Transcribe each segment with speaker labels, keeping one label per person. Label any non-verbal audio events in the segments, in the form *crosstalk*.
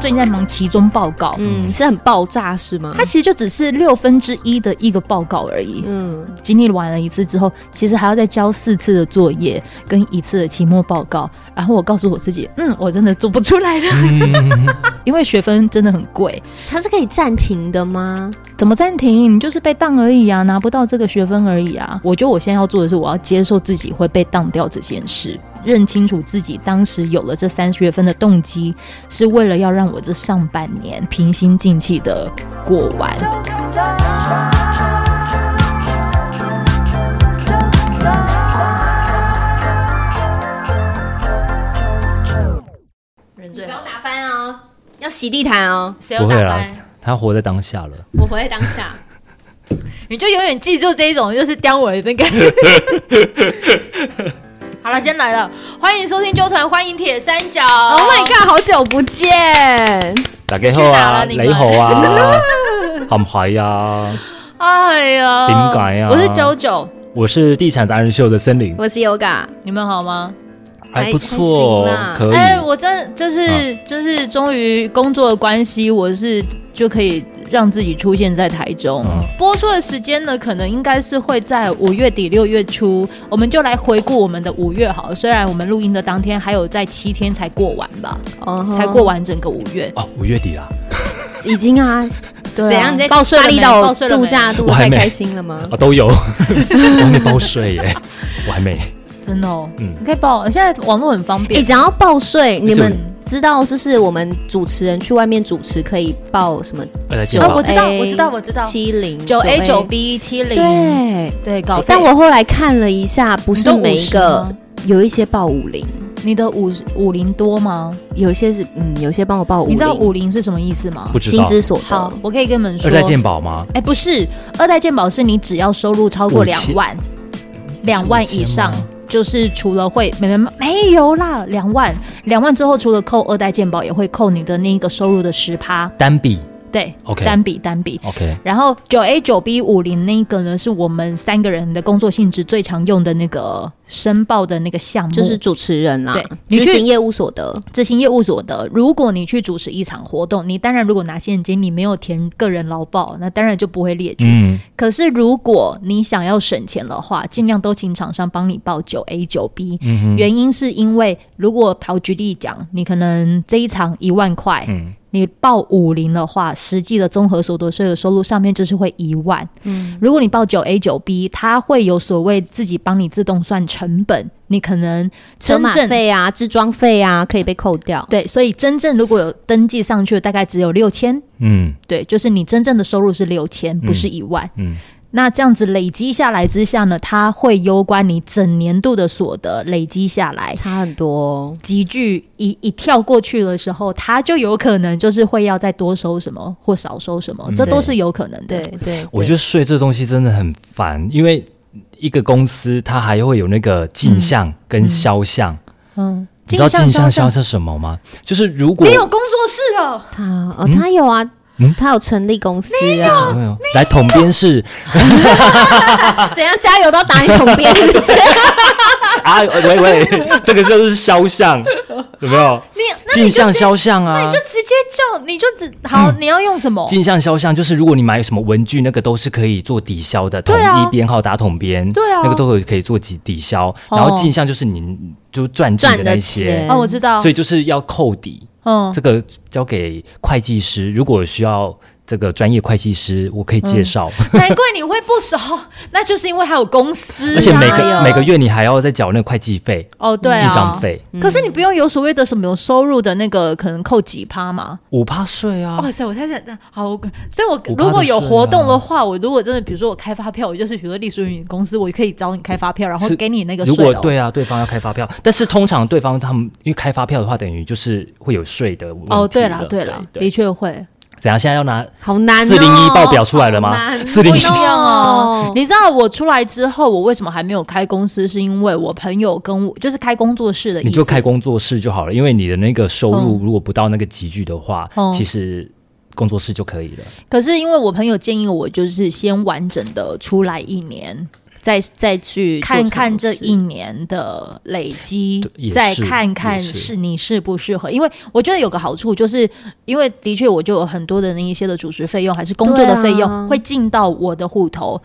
Speaker 1: 最近在忙期中报告，
Speaker 2: 嗯，是很爆炸是吗？
Speaker 1: 它其实就只是六分之一的一个报告而已。
Speaker 2: 嗯，
Speaker 1: 经历完了一次之后，其实还要再交四次的作业跟一次的期末报告。然后我告诉我自己，嗯，我真的做不出来了，
Speaker 2: 嗯
Speaker 1: *laughs* 因为学分真的很贵。
Speaker 2: 它是可以暂停的吗？
Speaker 1: 怎么暂停？你就是被当而已啊，拿不到这个学分而已啊。我觉得我现在要做的是，我要接受自己会被当掉这件事，认清楚自己当时有了这三学分的动机，是为了要让我这上半年平心静气的过完。人
Speaker 2: 不
Speaker 1: 最
Speaker 2: 要打翻哦，要洗地毯哦，谁
Speaker 3: 不会啦，他活在当下了。
Speaker 2: 我活在当下。
Speaker 1: 你就永远记住这一种，就是刁我的那个。 *laughs* 好了，先来了，欢迎收听纠团，欢迎铁三角。
Speaker 2: Oh my god，好久不见！
Speaker 3: 打给后
Speaker 1: 打
Speaker 3: 啊，
Speaker 1: 了你们
Speaker 3: 雷猴 *laughs* 啊，好怀呀！
Speaker 1: 哎呀，
Speaker 3: 灵感呀
Speaker 1: 我是九九，
Speaker 3: 我是地产达人秀的森林，
Speaker 2: 我是 Yoga，
Speaker 1: 你们好吗？
Speaker 3: 还不错
Speaker 2: 还还行啦，
Speaker 3: 可以。啊
Speaker 1: 哎、我真就是、就是，终于工作的关系，我是就可以让自己出现在台中。
Speaker 3: 嗯
Speaker 1: 播出的时间呢，可能应该是会在五月底六月初，我们就来回顾我们的五月好了。虽然我们录音的当天还有在七天才过完吧，
Speaker 2: 哦
Speaker 1: 才过完整个五月。
Speaker 3: 哦，五月底啦，
Speaker 2: 已经啊，
Speaker 1: 对啊
Speaker 2: *laughs* 怎样？你在
Speaker 1: 报税了
Speaker 2: 巴
Speaker 1: 没
Speaker 2: 厘
Speaker 1: 报
Speaker 2: 岛
Speaker 1: 税了
Speaker 2: 度
Speaker 1: 没
Speaker 2: 假度
Speaker 3: 我还
Speaker 2: 太
Speaker 3: 没
Speaker 2: 开心了吗？
Speaker 3: 啊都 *laughs* 有，我还没报税耶，我还没。
Speaker 1: 真的哦，
Speaker 3: 嗯
Speaker 1: 你可以报。现在网络很方
Speaker 2: 哎，
Speaker 1: 便，
Speaker 2: 讲到报税，你们
Speaker 3: 是
Speaker 2: 知道就是我们主持人去外面主持可以报什么
Speaker 3: 哎来
Speaker 2: 九
Speaker 3: 健
Speaker 1: 啊
Speaker 3: 保
Speaker 1: 我知道
Speaker 2: A，
Speaker 1: 我知道我知道
Speaker 2: 七零
Speaker 1: 九 A 九 B 七零，
Speaker 2: 对。
Speaker 1: 对，稿费。
Speaker 2: 哦但我后来看了一下，不
Speaker 1: 你
Speaker 2: 是
Speaker 1: 都
Speaker 2: 每一
Speaker 1: 50
Speaker 2: 个
Speaker 1: 吗，
Speaker 2: 有一些报五零，
Speaker 1: 你的五五零多吗？
Speaker 2: 有一些是嗯，有些帮我报五零，
Speaker 1: 你知道五零是什么意思吗
Speaker 3: 不？知
Speaker 2: 薪
Speaker 3: 道
Speaker 2: 资所
Speaker 1: 好
Speaker 2: 得，，
Speaker 1: 我可以跟你们说
Speaker 3: 二，代健保吗？
Speaker 1: 哎，不是，二代健保是你只要收入超过
Speaker 3: 五
Speaker 1: 两
Speaker 3: 千
Speaker 1: 万，两万以上
Speaker 3: 五千吗。
Speaker 1: 就是除了会没没没有啦，两万两万之后，除了扣二代健保，也会扣你的那个收入的十趴，
Speaker 3: 单笔
Speaker 1: 对
Speaker 3: OK
Speaker 1: 单笔单笔。
Speaker 3: OK，
Speaker 1: 然后九 A 九 B 五零那个呢，是我们三个人的工作性质最常用的那个申报的那个项目，
Speaker 2: 就是主持人啦
Speaker 1: 对，你
Speaker 2: 嗯执
Speaker 1: 去
Speaker 2: 行业务所得，
Speaker 1: 执行业务所得。如果你去主持一场活动，你当然如果拿现金，你没有填个人劳保，那当然就不会列举。
Speaker 3: 嗯，
Speaker 1: 可是如果你想要省钱的话，尽量都请厂商帮你报九 A 九 B。
Speaker 3: 嗯哼
Speaker 1: 原因是因为，如果跑举例讲，你可能这一场一万块，
Speaker 3: 嗯
Speaker 1: 你报五零的话，实际的综合所得税的收入上面就是会一万。
Speaker 2: 嗯，
Speaker 1: 如果你报九 A 九 B，它会有所谓自己帮你自动算成本，你可能
Speaker 2: 车
Speaker 1: 真
Speaker 2: 马
Speaker 1: 正
Speaker 2: 费啊、置装费啊可以被扣掉，
Speaker 1: 对，所以真正如果有登记上去，大概只有六千。
Speaker 3: 嗯
Speaker 1: 对，就是你真正的收入是六千，不是一万。
Speaker 3: 嗯，
Speaker 1: 那这样子累积下来之下呢，它会攸关你整年度的所得累积下来，
Speaker 2: 差很多哦。
Speaker 1: 集聚一一跳过去的时候，它就有可能就是会要再多收什么或少收什么，这
Speaker 3: 嗯
Speaker 1: 都是有可能的。
Speaker 2: 对对，
Speaker 3: 我觉得税这东西真的很烦，因为一个公司它还会有那个进项跟销项。
Speaker 1: 嗯，
Speaker 3: 你知道进项销
Speaker 1: 销
Speaker 3: 是什么吗？就是如果
Speaker 1: 没有工作室了，
Speaker 2: 他哦，他有啊
Speaker 3: 嗯，
Speaker 2: 他有成立公司啊，
Speaker 3: 哎呦来统编是
Speaker 2: 怎样加油都要打你桶边，是不 *laughs* 是？
Speaker 3: 啊，
Speaker 1: *laughs*
Speaker 3: 喂喂，这个就是肖像，有没有？
Speaker 1: 你那
Speaker 3: 进项肖像啊，嗯
Speaker 1: 就直接叫，你就只好，你要用什么？
Speaker 3: 进项肖像就是如果你买什么文具，那个都是可以做抵消的，统
Speaker 1: 对啊
Speaker 3: 一编号打统编，
Speaker 1: 对啊哦
Speaker 3: 那个都可以可以做抵抵消。然后进项就是你就赚进的那
Speaker 2: 赚的
Speaker 3: 些
Speaker 2: 钱，
Speaker 1: 哦，我知道
Speaker 3: 所，以就是要扣抵。
Speaker 1: 嗯，
Speaker 3: 这个交给会计师，如果需要这个专业会计师，我可以介绍。
Speaker 1: 难怪你会不熟，那就是因为还有公司啊，
Speaker 3: 而且每个、
Speaker 2: 哪有
Speaker 3: 每个月你还要再缴那个会计费、
Speaker 1: 哦，对啊，
Speaker 3: 记账费，
Speaker 1: 可是你不用有所谓的什么有收入的那个，可能扣几趴嘛？
Speaker 3: 五趴税啊
Speaker 1: 哇。塞，我现在好，我所以我
Speaker 3: 趴的
Speaker 1: 如果有活动的话，我如果真的比如说我开发票，我就是比如说隶属于你公司，我可以找你开发票，然后
Speaker 3: 是
Speaker 1: 给你那个税
Speaker 3: 如果
Speaker 1: 哦。
Speaker 3: 对啊，对方要开发票，但是通常对方他们因为开发票的话，等于就是会有税的问题
Speaker 1: 哦，对
Speaker 3: 了
Speaker 1: 啦，对啦，
Speaker 3: 对哎
Speaker 1: 的确会。
Speaker 3: 怎样？现在要拿
Speaker 2: 好难哦，
Speaker 3: 四零一报表出来了吗
Speaker 2: 好难
Speaker 3: 401
Speaker 1: 不一样啊
Speaker 2: 哦！
Speaker 1: 你知道我出来之后，我为什么还没有开公司？是因为我朋友跟我就是开工作室的意思，
Speaker 3: 你就开工作室就好了，因为你的那个收入如果不到那个集聚的话，
Speaker 1: 嗯
Speaker 3: 其实工作室就可以了。
Speaker 1: 可是因为我朋友建议我，就是先完整的出来一年，
Speaker 2: 再再去做
Speaker 1: 看
Speaker 2: 尝
Speaker 1: 看这
Speaker 2: 试
Speaker 1: 一年的累积
Speaker 3: 对也，是
Speaker 1: 再看看
Speaker 3: 也是
Speaker 1: 是你适不适合。因为我觉得有个好处，就是因为的确我就有很多的那一些的主持费用，还是工作的费
Speaker 2: 对
Speaker 1: 用、
Speaker 2: 啊
Speaker 1: 会进到我的户头。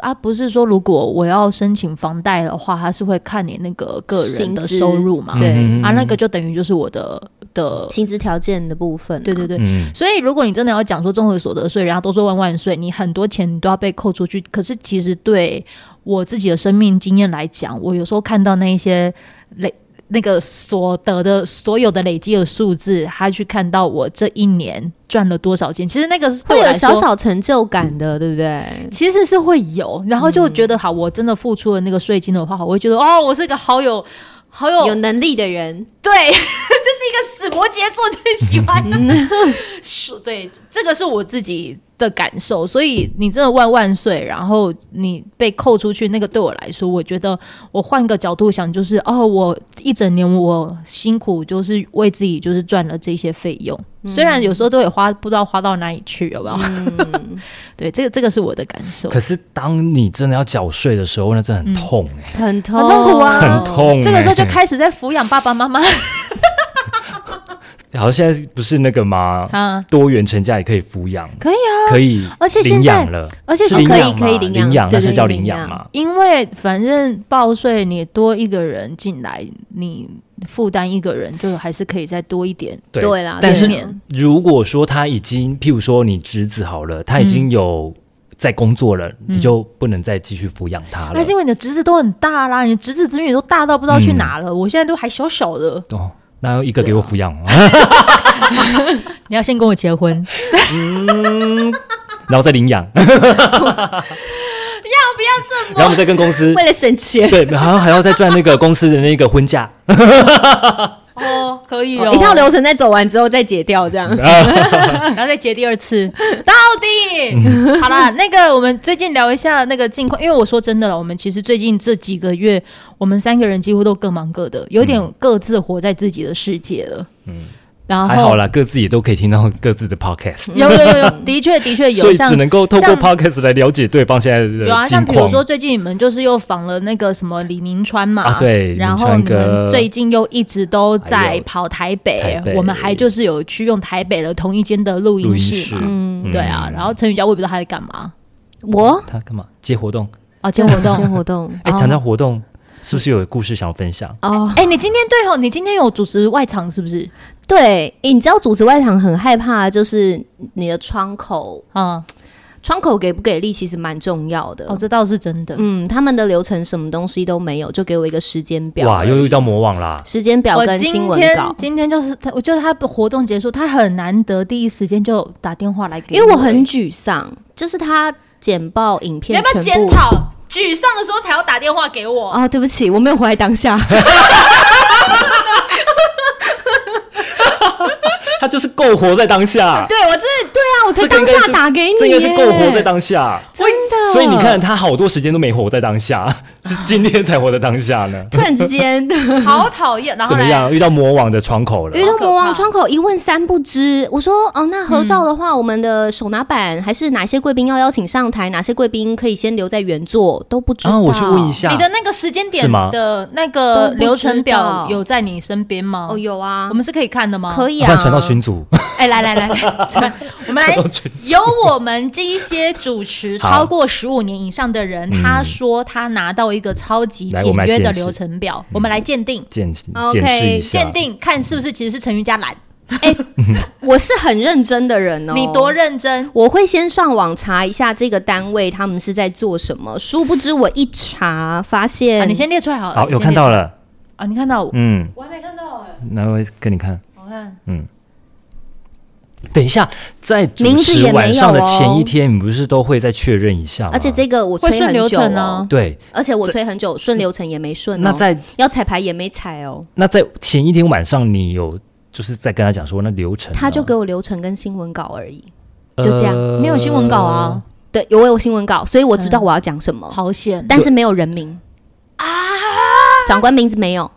Speaker 1: 啊，不是说如果我要申请房贷的话，它是会看你那个个人的
Speaker 2: 薪资
Speaker 1: 收入嘛？
Speaker 2: 对
Speaker 3: 嗯
Speaker 1: 啊，那个就等于就是我的的，
Speaker 2: 薪资条件的部分啊、
Speaker 1: 对对对。
Speaker 3: 嗯，
Speaker 1: 所以，如果你真的要讲说综合所得税，人家都说万万税，你很多钱你都要被扣出去。可是，其实对我自己的生命经验来讲，我有时候看到那一些累那个所得的所有的累积的数字，他去看到我这一年赚了多少钱，其实那个是对我
Speaker 2: 会有
Speaker 1: 来说
Speaker 2: 小。小成就感的，对不对？
Speaker 1: 其实是会有，然后就
Speaker 2: 嗯
Speaker 1: 觉得好，我真的付出了那个税金的话，我会觉得哦，我是个好有好有
Speaker 2: 有能力的 *laughs* 人，
Speaker 1: 对，这 *laughs* 是一个死摩羯座最喜欢的
Speaker 3: 嗯
Speaker 1: 说。对，这个是我自己的感受，所以你真的万万岁，然后你被扣出去，那个对我来说，我觉得我换个角度想，就是哦，我一整年我辛苦，就是为自己就是赚了这些费用，
Speaker 3: 嗯
Speaker 1: 虽然有时候都会花，不知道花到哪里去，有没有？
Speaker 2: 嗯
Speaker 1: 对，这个这个是我的感受
Speaker 3: 可。是当你真的要缴税的时候，那真的很痛哎、
Speaker 2: 很痛，
Speaker 1: 很痛苦啊，
Speaker 3: 很痛
Speaker 1: 嗯这个时候就
Speaker 3: 欸
Speaker 1: 开始在抚养爸爸妈妈
Speaker 3: *laughs* 好像现在不是那个吗？
Speaker 1: 啊，
Speaker 3: 多元成家也可以抚养，
Speaker 1: 可以啊。
Speaker 3: 可以，
Speaker 1: 而且现
Speaker 3: 领
Speaker 1: 在
Speaker 3: 养了，
Speaker 1: 而且
Speaker 3: 是
Speaker 1: 现
Speaker 3: 领
Speaker 1: 在
Speaker 3: 养嘛
Speaker 2: 可以可以领养对
Speaker 3: 领那是
Speaker 2: 对
Speaker 3: 叫
Speaker 2: 对
Speaker 3: 领
Speaker 2: 领
Speaker 3: 养
Speaker 2: 养
Speaker 3: 嘛？
Speaker 1: 因为反正报税，你多一个人进来，你负担一个人，就还是可以再多一点。
Speaker 3: 对
Speaker 2: 对啦
Speaker 3: 但
Speaker 1: 对
Speaker 3: 是
Speaker 1: 免
Speaker 3: 如果说他已经，譬如说你侄子好了，他已经有
Speaker 1: 嗯
Speaker 3: 在工作了，你就不能再继续抚养他了
Speaker 1: 那是。因为你的侄子都很大啦，你的侄子侄女都大到不知道去哪了。我现在都还小小的，
Speaker 3: 哦，那要一个给我抚养哦，
Speaker 1: 啊你要先跟我结婚，
Speaker 3: 然后再领养，
Speaker 1: *laughs*
Speaker 3: 要不要这么？然后我们再跟公司
Speaker 2: 为了省钱，
Speaker 3: *laughs* 对，然后还要再赚那个公司的那个婚假，
Speaker 1: 哦，可以
Speaker 2: 一套流程在走完之后再解掉，这样。
Speaker 1: 然后再结第二次，到底、好啦，那个我们最近聊一下那个近况，因为我说真的了，我们其实最近这几个月，我们三个人几乎都各忙各的，有点各自活在自己的世界了。嗯，然后
Speaker 3: 还好啦，各自也都可以听到各自的 podcast，
Speaker 1: 有有有 *laughs* 有，的确的确
Speaker 3: 所
Speaker 1: 有，
Speaker 3: 以
Speaker 1: 像
Speaker 3: 只能呃够透过
Speaker 1: 像
Speaker 3: podcast 来了解对方现在的
Speaker 1: 有啊，像
Speaker 3: 近
Speaker 1: 比如
Speaker 3: 况。
Speaker 1: 说最近你们就是又访了那个什么李明川嘛，
Speaker 3: 啊对
Speaker 1: 然后你
Speaker 3: 明川哥
Speaker 1: 们最近又一直都
Speaker 3: 还
Speaker 1: 在
Speaker 3: 有
Speaker 1: 跑台北，
Speaker 3: 台北
Speaker 1: 我们还就是有去用台北的同一间的录
Speaker 3: 录
Speaker 1: 音
Speaker 3: 音
Speaker 1: 室
Speaker 3: 室，
Speaker 1: 嘛，
Speaker 3: 嗯
Speaker 1: 对啊，然后陈宇佳我也不知道他在干嘛，
Speaker 2: 我
Speaker 3: 他干嘛接活动？
Speaker 1: 哦，接活
Speaker 2: 先
Speaker 1: 动。
Speaker 2: 活动
Speaker 3: 哎，
Speaker 1: 哦
Speaker 3: 谈到活动，是不是有故事想要分享？
Speaker 2: 哦，
Speaker 1: 哎、你今天对哦，你今天有主持外场是不是？
Speaker 2: 对，诶你知道主持外场很害怕，就是你的窗口，
Speaker 1: 嗯，
Speaker 2: 窗口给不给力其实蛮重要的。
Speaker 1: 哦，这倒是真的。
Speaker 2: 嗯，他们的流程什么东西都没有，就给我一个时间表
Speaker 3: 哇，
Speaker 2: 而已，
Speaker 3: 又遇到魔王啦！
Speaker 2: 时间表
Speaker 1: 我
Speaker 2: 跟新
Speaker 1: 今
Speaker 2: 闻
Speaker 1: 天
Speaker 2: 稿。
Speaker 1: 今天就是他，我觉得他活动结束，他很难得第一时间就打电话来给
Speaker 2: 因为
Speaker 1: 我
Speaker 2: 我很沮丧，就是他简报影
Speaker 1: 你
Speaker 2: 片
Speaker 1: 要不要
Speaker 2: 全
Speaker 1: 检
Speaker 2: 部
Speaker 1: 讨？沮丧的时候才要打电话给我。
Speaker 2: 啊、对不起，我没有活在当下。
Speaker 3: 他就是够活在当下，
Speaker 2: *laughs* *laughs* 对我真的对啊，我才
Speaker 3: 这个应
Speaker 2: 当
Speaker 3: 该
Speaker 2: 下
Speaker 3: 是
Speaker 2: 打给你耶，
Speaker 3: 这应该是够活在当下。
Speaker 2: 真的。
Speaker 3: 所以你看，，他好多时间都没活在当下，
Speaker 2: *laughs*
Speaker 3: 是今天才活在当下呢。
Speaker 2: 突然之
Speaker 3: *laughs*
Speaker 2: 间
Speaker 1: *laughs* 好讨厌。然后
Speaker 3: 怎么
Speaker 1: 嘞，
Speaker 3: 样？遇到魔王的窗口了
Speaker 2: 遇。到魔
Speaker 1: 好可怕
Speaker 2: 王窗口一问三不知，我说哦，那合照的话，我们的手拿板还是哪些贵宾要邀请上台，哪些贵宾可以先留在原座都不知道。
Speaker 3: 啊，我去问一下
Speaker 1: 你。的那个时间
Speaker 3: 是
Speaker 1: 点
Speaker 3: 吗
Speaker 1: 的那个
Speaker 2: 都不知道
Speaker 1: 流程表有在你身边吗？
Speaker 2: 哦，有啊，
Speaker 1: 我们是可以看的吗？
Speaker 2: 可
Speaker 1: 以。
Speaker 2: 以
Speaker 3: 要不
Speaker 2: 啊，
Speaker 3: 然传到群组，
Speaker 1: 哎，来来来
Speaker 3: *laughs*
Speaker 1: 来，我们来
Speaker 3: 传到群组
Speaker 1: 有我们这一些主持
Speaker 3: 好嗯
Speaker 1: 超过十五年以上的人，他说他拿到一个超级
Speaker 3: 来
Speaker 1: 简
Speaker 3: 我们来
Speaker 1: 约的
Speaker 3: 见识嗯啊
Speaker 1: 流程表，我们来鉴定。
Speaker 3: 检检视
Speaker 2: OK，
Speaker 3: 一下。
Speaker 1: 鉴定看是不是其实是陈瑜伽懒，
Speaker 2: 我是很认真的人哦。
Speaker 1: 你多认真，
Speaker 2: 我会先上网查一下这个单位他们是在做什么，殊不知我一查发现，
Speaker 1: 啊你先列出来好了。
Speaker 3: 好，有看到
Speaker 1: 了
Speaker 3: 了。
Speaker 1: 啊？你看到我，
Speaker 3: 嗯，
Speaker 1: 我还没看到哎，
Speaker 3: 那我给你看。
Speaker 1: 我看
Speaker 3: 等一下，在主
Speaker 2: 名字也
Speaker 3: 持
Speaker 2: 没
Speaker 3: 晚上的
Speaker 2: 有哦
Speaker 3: 前一天，你不是都会再确认一下吗？
Speaker 2: 而且这个我
Speaker 1: 会
Speaker 2: 催
Speaker 1: 顺
Speaker 2: 很
Speaker 1: 流
Speaker 2: 久
Speaker 1: 程
Speaker 2: 哦
Speaker 1: 呢，。
Speaker 3: 对，
Speaker 2: 而且我催很久，顺流程也没顺、哦。
Speaker 3: 那在
Speaker 2: 要彩排也没彩哦，
Speaker 3: 那在前一天晚上，你有就是在跟他讲说那流程呢，
Speaker 2: 他就给我流程跟新闻稿而已。
Speaker 3: 呃
Speaker 2: 就这样
Speaker 1: 没有新闻稿啊，
Speaker 2: 对，有我有新闻稿，所以我知道我要讲什么，
Speaker 1: 好险！
Speaker 2: 但是没有人名啊，长官名字没有，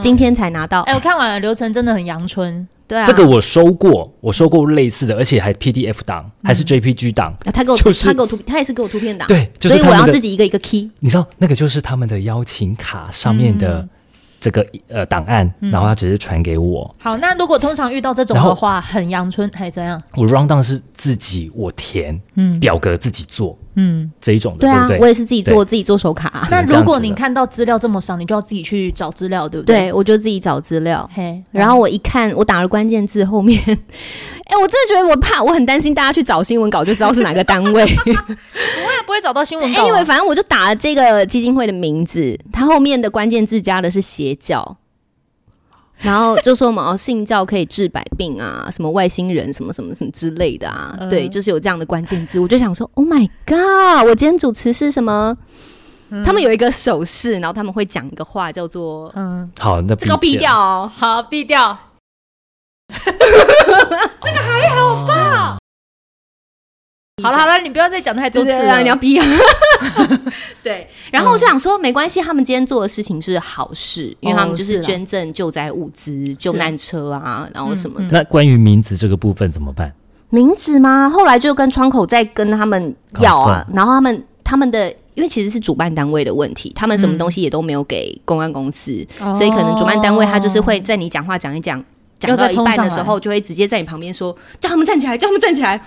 Speaker 2: 今天才拿到。
Speaker 1: 哎、我看完了，流程真的很阳春。
Speaker 2: 对啊，
Speaker 3: 这个我收过，我收过类似的，而且还 PDF 档，还是 JPG 档。
Speaker 2: 啊他给我图、
Speaker 3: 就是
Speaker 2: 他给我图，他也是给我图片档，
Speaker 3: 对就是
Speaker 2: 所以
Speaker 3: 他
Speaker 2: 我
Speaker 3: 们
Speaker 2: 要
Speaker 3: 的
Speaker 2: 自己一个一个 key。
Speaker 3: 你知道那个就是他们的邀请卡上面
Speaker 2: 嗯
Speaker 3: 的这个、呃档案，然后他只是传给我，
Speaker 1: 好，那如果通常遇到这种
Speaker 3: 然后
Speaker 1: 的话，很阳春还怎样？
Speaker 3: 我 round down 是自己我填，
Speaker 1: 嗯
Speaker 3: 表格自己做
Speaker 1: 嗯。
Speaker 3: 这一种的，
Speaker 2: 对
Speaker 3: 对
Speaker 2: 啊
Speaker 3: 不对？，
Speaker 2: 我也是自己做自己做手卡啊、
Speaker 3: 只
Speaker 1: 那
Speaker 3: 能这
Speaker 1: 如
Speaker 3: 样
Speaker 1: 果
Speaker 3: 子
Speaker 1: 你
Speaker 3: 了
Speaker 1: 看到资料这么少，你就要自己去找资料，对不对？
Speaker 2: 对，嗯我就自己找资料。
Speaker 1: 嘿，
Speaker 2: 然后我一看，我打了关键字后面， *laughs* 哎、我真的觉得我怕，我很担心大家去找新闻稿就知道是哪个单 *laughs* 位。
Speaker 1: 那不会找到新闻稿、啊。
Speaker 2: anyway，反正我就打了这个基金会的名字，它后面的关键字加的是邪教，然后就说我们哦，信教可以治百病啊，什么外星人什么什么什么之类的啊，
Speaker 1: 嗯
Speaker 2: 对，就是有这样的关键字。我就想说，Oh my god！我今天主持是什么？他们有一个手势，然后他们会讲一个话，叫做
Speaker 1: 嗯，
Speaker 3: 好，那
Speaker 2: “这个要
Speaker 3: 逼
Speaker 2: 毙掉哦
Speaker 1: 好，毙掉。”，好了好了，你不要再讲太多
Speaker 2: 对
Speaker 1: 次
Speaker 2: 对
Speaker 1: 了。嗯
Speaker 2: 对，你
Speaker 1: *laughs*
Speaker 2: 要逼啊！对，然后我就想说，没关系，他们今天做的事情是好事，因为他们就是是
Speaker 1: 哦啦
Speaker 2: 捐赠救灾物资、救难车啊，然后什么的。
Speaker 3: 那关于名字这个部分怎么办？
Speaker 2: 名字吗？后来就跟窗口在跟他们要啊，然后他们他们的。因为其实是主办单位的问题，他们什么东西也都没有给公关公司，
Speaker 1: 嗯哦
Speaker 2: 所以可能主办单位他就是会在你讲话讲一讲，讲
Speaker 1: 又
Speaker 2: 到
Speaker 1: 再
Speaker 2: 一
Speaker 1: 冲
Speaker 2: 半的
Speaker 1: 上
Speaker 2: 时
Speaker 1: 来
Speaker 2: 候，就会直接在你旁边说：“叫他们站起来，叫他们站起来，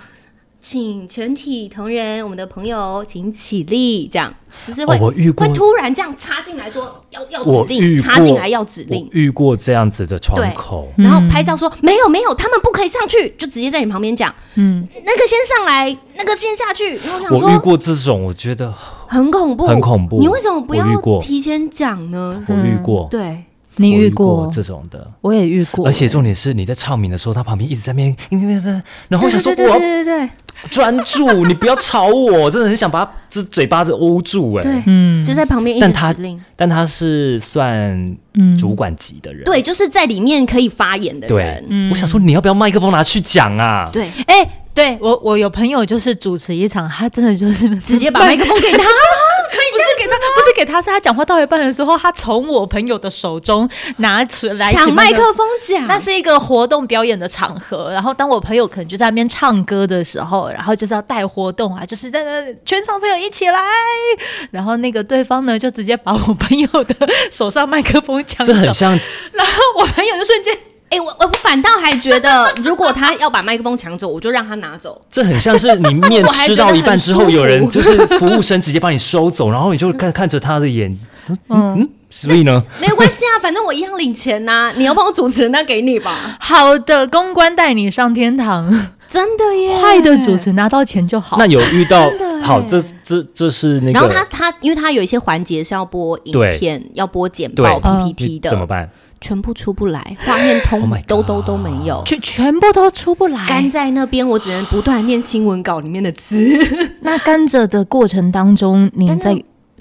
Speaker 2: 请全体同仁，我们的朋友请起立。”这样，只是会、
Speaker 3: 哦我遇过
Speaker 2: 会突然这样插进来说要要
Speaker 3: 我
Speaker 2: 指令，
Speaker 3: 遇
Speaker 2: 插进
Speaker 3: 过
Speaker 2: 来要指令
Speaker 3: 我，遇过这样子的窗
Speaker 2: 对
Speaker 3: 口，
Speaker 2: 然后拍照说、没有没有，他们不可以上去，就直接在你旁边讲，嗯，那个先上来，那个先下去。然后我
Speaker 3: 我遇
Speaker 2: 想说
Speaker 3: 过这种，我觉得
Speaker 2: 很恐怖，
Speaker 3: 很恐怖
Speaker 2: 你为什么不要
Speaker 3: 我遇过
Speaker 2: 提前讲呢？
Speaker 3: 我遇过，
Speaker 2: 嗯对，
Speaker 1: 你
Speaker 3: 我
Speaker 1: 遇
Speaker 3: 遇
Speaker 1: 过，
Speaker 3: 这种的。
Speaker 1: 我也遇过，
Speaker 3: 而且重点是你在唱名的时候，他旁边一直在那边，然哦后我想说
Speaker 2: 对对对
Speaker 3: 我要
Speaker 2: 对对
Speaker 3: 专注，你不要吵我，真的很想把他这嘴巴子捂住哎、
Speaker 2: 对，
Speaker 1: 嗯
Speaker 2: 对，就在旁边一直
Speaker 3: 但他
Speaker 2: 指令，
Speaker 3: 但他是算主管级的人，
Speaker 2: 对，就是在里面可以发言的
Speaker 3: 对
Speaker 2: 人，，
Speaker 3: 我想说你要不要麦克风拿去讲
Speaker 2: 嗯
Speaker 3: 啊？
Speaker 2: 对，
Speaker 1: 哎、对我我有朋友就是主持一场，他真的 *laughs* 就是
Speaker 2: 直接把麦克风给他。
Speaker 1: 不是给他，不是给他，是他讲话到一半的时候，他从我朋友的手中拿出来
Speaker 2: 抢麦克。风讲，
Speaker 1: 那是一个活动表演的场合，然后当我朋友可能就在那边唱歌的时候，然后就是要带活动啊，就是在那全场朋友一起来，然后那个对方呢就直接把我朋友的手上麦克风抢走
Speaker 3: 这，很像
Speaker 1: 然后我朋友就瞬间
Speaker 2: 哎、我我反倒还觉得， *laughs* 如果他要把麦克风抢走，我就让他拿走。
Speaker 3: 这很像是你面
Speaker 2: 我还
Speaker 3: 吃
Speaker 2: 觉得
Speaker 3: 到一
Speaker 2: 很
Speaker 3: 半之
Speaker 2: 舒
Speaker 3: 后，
Speaker 2: 服
Speaker 3: 有人就是服务生直接把你收走，然后你就看看着他的眼，嗯嗯，所以呢，
Speaker 2: 没有关系啊，反正我一样领钱呐、你要帮我主持，那给你吧。
Speaker 1: 好的公关带你上天堂，
Speaker 2: 真的耶
Speaker 1: 坏的主。持拿到钱就好。
Speaker 3: 那有遇到好，这这这是那个，
Speaker 2: 然后他他，因为他有一些环节是要播影片、要播简报、
Speaker 3: 对
Speaker 2: PPT
Speaker 3: 你
Speaker 2: 的，
Speaker 3: 怎么办？
Speaker 2: 全部出不来，画面
Speaker 3: Oh
Speaker 2: 通
Speaker 3: my
Speaker 2: 都
Speaker 3: God
Speaker 2: 都都没有。
Speaker 1: 全全部都出不来，
Speaker 2: 干在那边，我只能不断念新闻稿里面的字。
Speaker 1: 那甘蔗的过程当中，你
Speaker 2: 甘蔗
Speaker 1: 在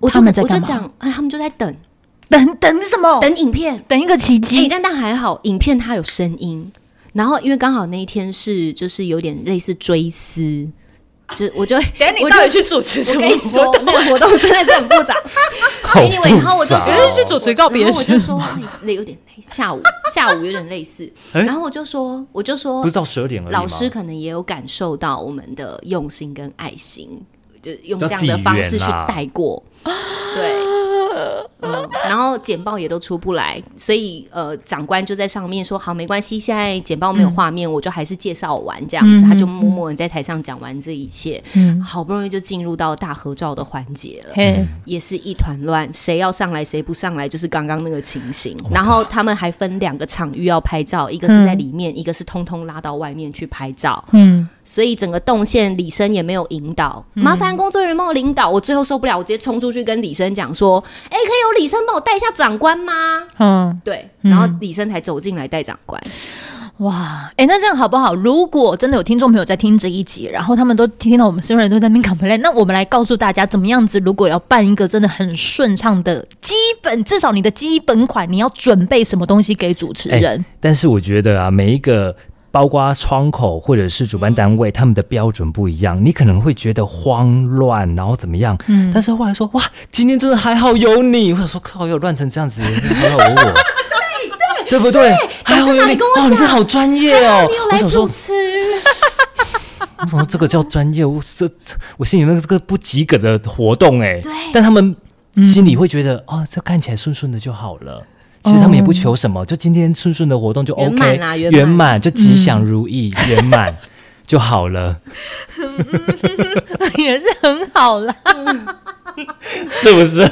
Speaker 2: 我就
Speaker 1: 他
Speaker 2: 我
Speaker 1: 们在
Speaker 2: 就
Speaker 1: 干嘛
Speaker 2: 讲，哎，他们就在等哦
Speaker 1: 等等什么？
Speaker 2: 等影片，
Speaker 1: 等一个奇
Speaker 2: 哎、
Speaker 1: 迹。
Speaker 2: 但但还好，影片它有声音，然后因为刚好那一天是就是有点类似追思，就我就
Speaker 1: 等一下
Speaker 2: 我
Speaker 1: 你
Speaker 2: 就
Speaker 1: 到底去主持什
Speaker 2: 我
Speaker 1: 么
Speaker 2: 跟你说
Speaker 1: 活动？，
Speaker 2: 那个活动真的是很复杂。
Speaker 3: 好
Speaker 2: Anyway，然后我就
Speaker 3: 复杂
Speaker 2: 说
Speaker 3: 哦
Speaker 1: 去主持告别
Speaker 2: 然后我
Speaker 1: 式
Speaker 2: 就说 *laughs* 累，有点哎累，下午 *laughs* 下午有点类似。然后我就说，我就说
Speaker 3: 不是，到十二点而已吗
Speaker 2: 哦老师可能也有感受到我们的用心跟爱心，就用
Speaker 3: 要
Speaker 2: 这样的
Speaker 3: 自己
Speaker 2: 方式去
Speaker 3: 圆啦
Speaker 2: 带过。对，嗯，然后简报也都出不来，所以呃，长官就在上面说：“好，没关系，现在简报没有画面，我就还是介绍完这样子。他就默默地在台上讲完这一切，好不容易就进入到大合照的环节了。
Speaker 1: 嘿，
Speaker 2: 也是一团乱，谁要上来谁不上来，就是刚刚那个情形。然后他们还分两个场域要拍照，一个是在里
Speaker 3: 嗯
Speaker 2: 面，一个是通通拉到外面去拍照。
Speaker 1: 嗯，
Speaker 2: 所以整个动线李生也没有引导，
Speaker 3: 嗯
Speaker 2: 麻烦工作人员帮我领导。我最后受不了，我直接冲出去跟李生讲说：“哎、可以有李生帮我带一下长官吗
Speaker 1: 嗯，？”
Speaker 2: 对，然后李生才走进来带长官。
Speaker 1: 哇，哎、那这样好不好？如果真的有听众朋友在听这一集，然后他们都听到我们所有人都在那边 complain，那我们来告诉大家，怎么样子？如果要办一个真的很顺畅的基本，至少你的基本款，你要准备什么东西给主持
Speaker 3: 哎
Speaker 1: 人？
Speaker 3: 但是我觉得啊，每一个包括窗口或者是主办单位，他们的标准不一样，你可能会觉得慌乱，然后怎么样？嗯，但是后来说哇，今天真的还好有你，或者说靠，有乱成这样子，还好有我。对不对？哎
Speaker 2: 董事长
Speaker 3: 我以为
Speaker 2: 你跟我
Speaker 3: 哦，你这
Speaker 2: 讲
Speaker 3: 好专业哦
Speaker 2: 你有！
Speaker 3: 我
Speaker 2: 来
Speaker 3: 想说
Speaker 2: 主，持，
Speaker 3: 我想说这个叫专业，我这这我心里那个这个不及格的活动哎、
Speaker 2: 对
Speaker 3: 但他们心里会觉得、
Speaker 1: 嗯
Speaker 3: 哦，这看起来顺顺的就好了。其实他们也不求什么，
Speaker 1: 嗯
Speaker 3: 就今天顺顺的活动就
Speaker 2: 圆
Speaker 3: OK，
Speaker 2: 满啦圆满
Speaker 3: 就吉祥
Speaker 1: *laughs*
Speaker 3: 如意，圆满就好了，哎
Speaker 1: *laughs* 也是很好啦。
Speaker 3: 是不是？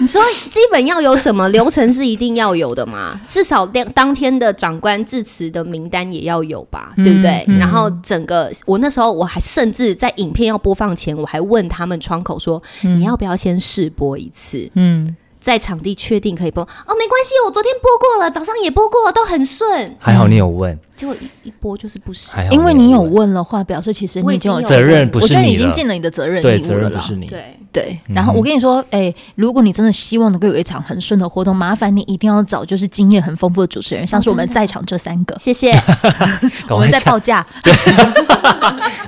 Speaker 2: 你说基本要有什么流程是一定要有的
Speaker 3: *laughs*
Speaker 2: 嘛？至少当当天的长官致辞的名单也要有吧，
Speaker 3: 嗯
Speaker 2: 对不对？然后整个我那时候我还甚至在影片要播放前，我还问他们窗口说：“
Speaker 3: 嗯
Speaker 2: 你要不要先试播一次？”
Speaker 1: 嗯，
Speaker 2: 在场地确定可以播哦，没关系，我昨天播过了，早上也播过了，都很顺。
Speaker 3: 还好你有问，
Speaker 2: 结果一一播就是不行，
Speaker 3: 还好
Speaker 1: 因为你有
Speaker 3: 问，
Speaker 1: 问了话，表示其实
Speaker 2: 我
Speaker 1: 你
Speaker 2: 已
Speaker 1: 已经
Speaker 2: 经有
Speaker 1: 有，
Speaker 3: 责任不
Speaker 1: 我觉
Speaker 3: 是
Speaker 1: 得你
Speaker 3: 你
Speaker 1: 已经
Speaker 3: 了，
Speaker 1: 尽了你的责任
Speaker 3: 对，
Speaker 1: 义务
Speaker 3: 责
Speaker 1: 了
Speaker 3: 任不
Speaker 1: 啦
Speaker 3: 是。你，
Speaker 2: 对，
Speaker 1: 对，然后我跟你说，哎、如果你真的希望能够有一场很顺的活动，麻烦你一定要找就是经验很丰富的主持人，像是我们在场这三个，
Speaker 2: 谢谢。
Speaker 3: *laughs* 赶
Speaker 1: 我们
Speaker 3: 快
Speaker 1: 在
Speaker 3: 讲
Speaker 1: 报价，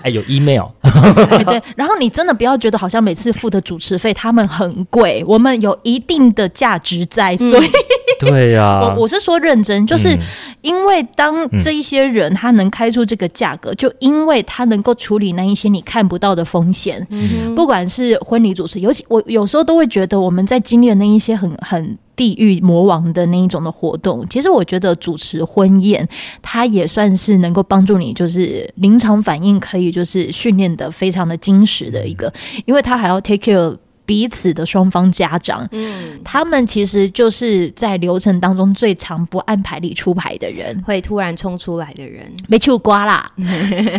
Speaker 3: 哎，有
Speaker 1: *laughs*
Speaker 3: email，
Speaker 1: 哎对。然后你真的不要觉得好像每次付的主持费他们很贵，我们有一定的价值在，所以
Speaker 3: 对啊呀、
Speaker 1: 我我是说认真，就是
Speaker 3: 嗯
Speaker 1: 因为当这一些人他能开出这个价格，就因为他能够处理那一些你看不到的风险，
Speaker 2: 嗯
Speaker 1: 不管是婚礼主持，尤其我有时候都会觉得我们在经历的那一些很很。地狱魔王的那一种的活动，其实我觉得主持婚宴，它也算是能够帮助你，就是临场反应可以就是训练的非常的精实的一个，因为他还要 take care 彼此的双方家长，
Speaker 2: 嗯，
Speaker 1: 他们其实就是在流程当中最常不按牌理出牌的人，
Speaker 2: 会突然冲出来的人，
Speaker 1: 没去刮啦。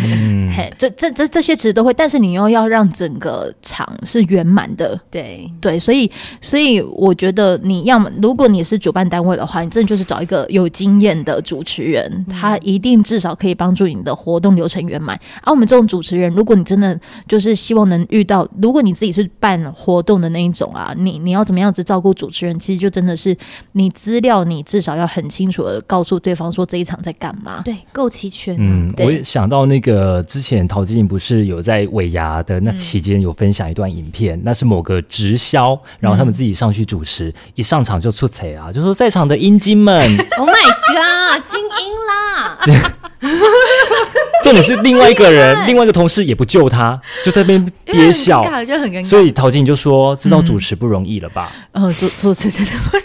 Speaker 3: 嗯，
Speaker 1: 嘿，这这这这些其实都会，但是你又要让整个场是圆满的，
Speaker 2: 对，
Speaker 1: 对，所以所以我觉得你要么，如果你是主办单位的话，你真的就是找一个有经验的主持人，他一定至少可以帮助你的活动流程圆满。而、我们这种主持人，如果你真的就是希望能遇到，如果你自己是办活动的那一种啊，你你要怎么样子照顾主持人，其实就真的是你资料你至少要很清楚的告诉对方说这一场在干嘛。
Speaker 2: 对，够齐全、啊。
Speaker 3: 嗯，
Speaker 1: 对
Speaker 3: 我也想到那个之前陶晶莹不是有在尾牙的那期间有分享一段影片，那是某个直销，然后他们自己上去主持，一上场就出彩啊，就说在场的阴茎们，
Speaker 2: Oh my god，精英啦！
Speaker 3: 重点是另外一个人，另外一个同事也不救他，就在那边憋笑，
Speaker 1: 就很尴
Speaker 3: 所以陶晶莹就说知道主持不容易了吧？
Speaker 1: 呃，主主持真的会，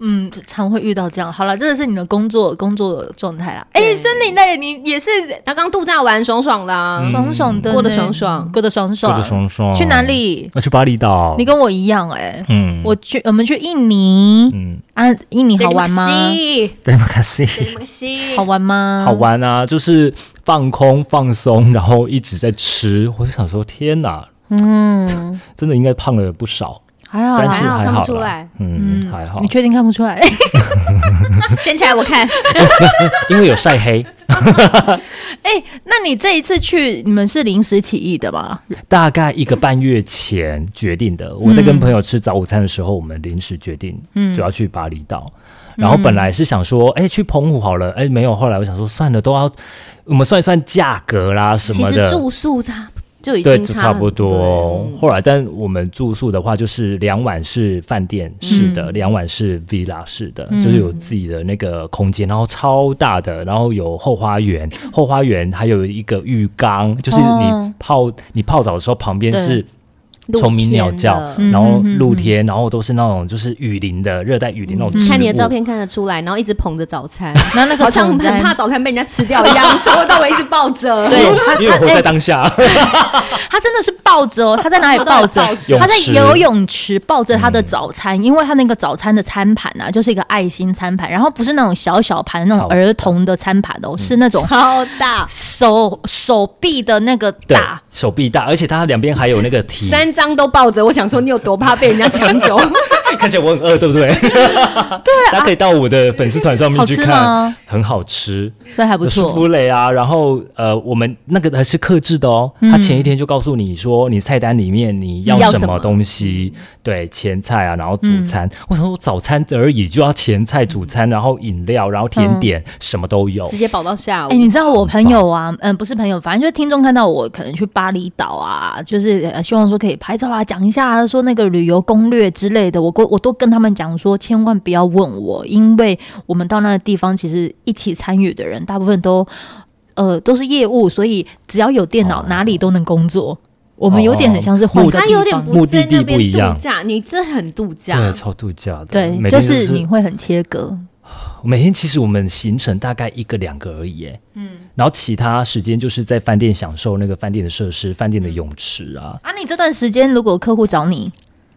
Speaker 1: *laughs* 嗯，常会遇到这样。好了，这个是你的工作工作状态啦。哎、
Speaker 2: 对
Speaker 1: 森林嘞，你也是
Speaker 2: 他刚度假完，爽爽的、啊
Speaker 3: 嗯
Speaker 1: 爽爽的呢、
Speaker 2: 过得爽爽
Speaker 1: 过得爽爽，
Speaker 3: 过得爽爽啊
Speaker 1: 去哪里？
Speaker 3: 要去巴厘岛，
Speaker 1: 你跟我一样哎、
Speaker 3: 嗯
Speaker 1: 我去，我们去印尼、
Speaker 3: 嗯，
Speaker 1: 啊，印尼好玩吗？
Speaker 3: 对不起。
Speaker 2: 对不起
Speaker 1: 好玩
Speaker 2: 嗯
Speaker 1: 吗？
Speaker 3: 好。玩啊，就是放空放松，然后一直在吃。我就想说，天哪， *laughs*
Speaker 1: 嗯，
Speaker 3: 真的应该胖了不少，
Speaker 1: 还好
Speaker 3: 但
Speaker 1: 啦
Speaker 3: 是
Speaker 2: 哦还好
Speaker 3: 还
Speaker 2: 看不
Speaker 3: 好
Speaker 2: 出
Speaker 3: 啦
Speaker 2: 来，
Speaker 3: 嗯，还好
Speaker 1: 你，确定看不出来？ *laughs*
Speaker 2: 掀起来我看，
Speaker 3: 因为有晒黑，
Speaker 1: 哎、那你这一次去，你们是临时起意的吗？
Speaker 3: 大概一个半月前决定的。我在跟朋友吃早午餐的时候，我们临时决定，
Speaker 1: 嗯
Speaker 2: 嗯
Speaker 3: 就要去巴厘岛。然后本来是想说，哎，去澎湖好了，哎，没有。后来我想说，算了，都要我们算一算价格啦 *laughs* 什
Speaker 2: 其
Speaker 3: 么
Speaker 2: 实
Speaker 3: 的，
Speaker 2: 住宿差不就已
Speaker 3: 对，
Speaker 2: 经嗯
Speaker 3: 就差不
Speaker 2: 很
Speaker 3: 多哦
Speaker 2: 了。
Speaker 3: 后来，但我们住宿的话，就是两晚是饭店
Speaker 2: 嗯
Speaker 3: 式的，两、晚是 villa 式的，就是有自己的那个空间，然后超大的，然后有后花园，后花园还有一个浴缸，就是
Speaker 1: 哦
Speaker 3: 你泡、你泡澡的时候，旁边
Speaker 1: 对
Speaker 3: 是
Speaker 2: 露
Speaker 3: 虫鸣鸟
Speaker 2: 天
Speaker 3: 叫
Speaker 2: 的，
Speaker 1: 嗯
Speaker 3: 然后
Speaker 1: 嗯嗯
Speaker 3: 露天，然后都是那种就是雨林的热带雨林那种植物。
Speaker 2: 嗯看你的照片看得出来，然后一直捧着早
Speaker 3: *laughs*
Speaker 2: 餐，
Speaker 1: 那那个
Speaker 2: 好像
Speaker 1: 总
Speaker 2: 很
Speaker 1: 监
Speaker 2: 怕早餐被人家吃掉一样，从头到尾一直抱着。
Speaker 3: *laughs*
Speaker 1: 对他
Speaker 3: 因为活
Speaker 1: 哎
Speaker 3: 在当下，
Speaker 1: 他真的是抱着哦，他在哪里抱着
Speaker 2: 抱？
Speaker 3: 着
Speaker 1: 他在游泳池抱着他的早餐，因为他那个早餐的餐盘啊，就是一个爱心餐盘，然后不是那种小小盘那种儿童的餐盘哦，是那种
Speaker 2: *laughs* 超大，
Speaker 1: 手手臂的那个
Speaker 3: 对
Speaker 1: 大。，
Speaker 3: 手臂大，而且它两边还有
Speaker 2: *laughs*
Speaker 3: 那个蹄，
Speaker 2: 三张都抱着。我想说，你有多怕被人家抢
Speaker 3: *laughs*
Speaker 2: 走？
Speaker 3: 看起来我很饿，对
Speaker 1: *laughs*
Speaker 3: 不对？对、大家可以到我的粉丝团上面去
Speaker 1: 啊好吃吗
Speaker 3: 看，很好吃，
Speaker 1: 所以还不
Speaker 3: 有舒
Speaker 1: 错。
Speaker 3: 芙蕾啊。然后呃，我们那个还是克制的哦，
Speaker 1: 嗯
Speaker 3: 他前一天就告诉你说，你菜单里面你要
Speaker 2: 要
Speaker 3: 什
Speaker 2: 什么
Speaker 3: 么东西，对，前菜啊，然后主餐。
Speaker 1: 嗯
Speaker 3: 我想说早餐而已，就要前菜、主餐，然后饮料，然后甜点，
Speaker 1: 嗯
Speaker 3: 什么都有
Speaker 2: 直。接保到下午
Speaker 1: 哎、。你知道我朋友啊，嗯，不是朋友，反正就是听众看到我可能去啊巴厘岛啊，就是、呃希望说可以拍照啊，讲一下、说那个旅游攻略之类的。我我我都跟他们讲说，千万不要问我，因为我们到那个地方，其实一起参与的人大部分都呃都是业务，所以只要有电脑，
Speaker 3: 哦
Speaker 1: 哪里都能工作。我们有点很像是换
Speaker 3: 目
Speaker 1: 个
Speaker 2: 他
Speaker 1: 地
Speaker 2: 有点
Speaker 1: 方，
Speaker 2: 不在那
Speaker 3: 目的地不
Speaker 2: 边
Speaker 3: 一样
Speaker 2: 度假，你这很度假，
Speaker 3: 对，超度假的，
Speaker 1: 对
Speaker 3: 每，
Speaker 1: 就
Speaker 3: 天
Speaker 1: 是你会很切割。
Speaker 3: 每天其实我们行程大概一个两个而已，嗯，然后其他时间就是在饭店享受那个饭店的设施、饭店的泳池啊，
Speaker 1: 啊，你这段时间如果客户找你，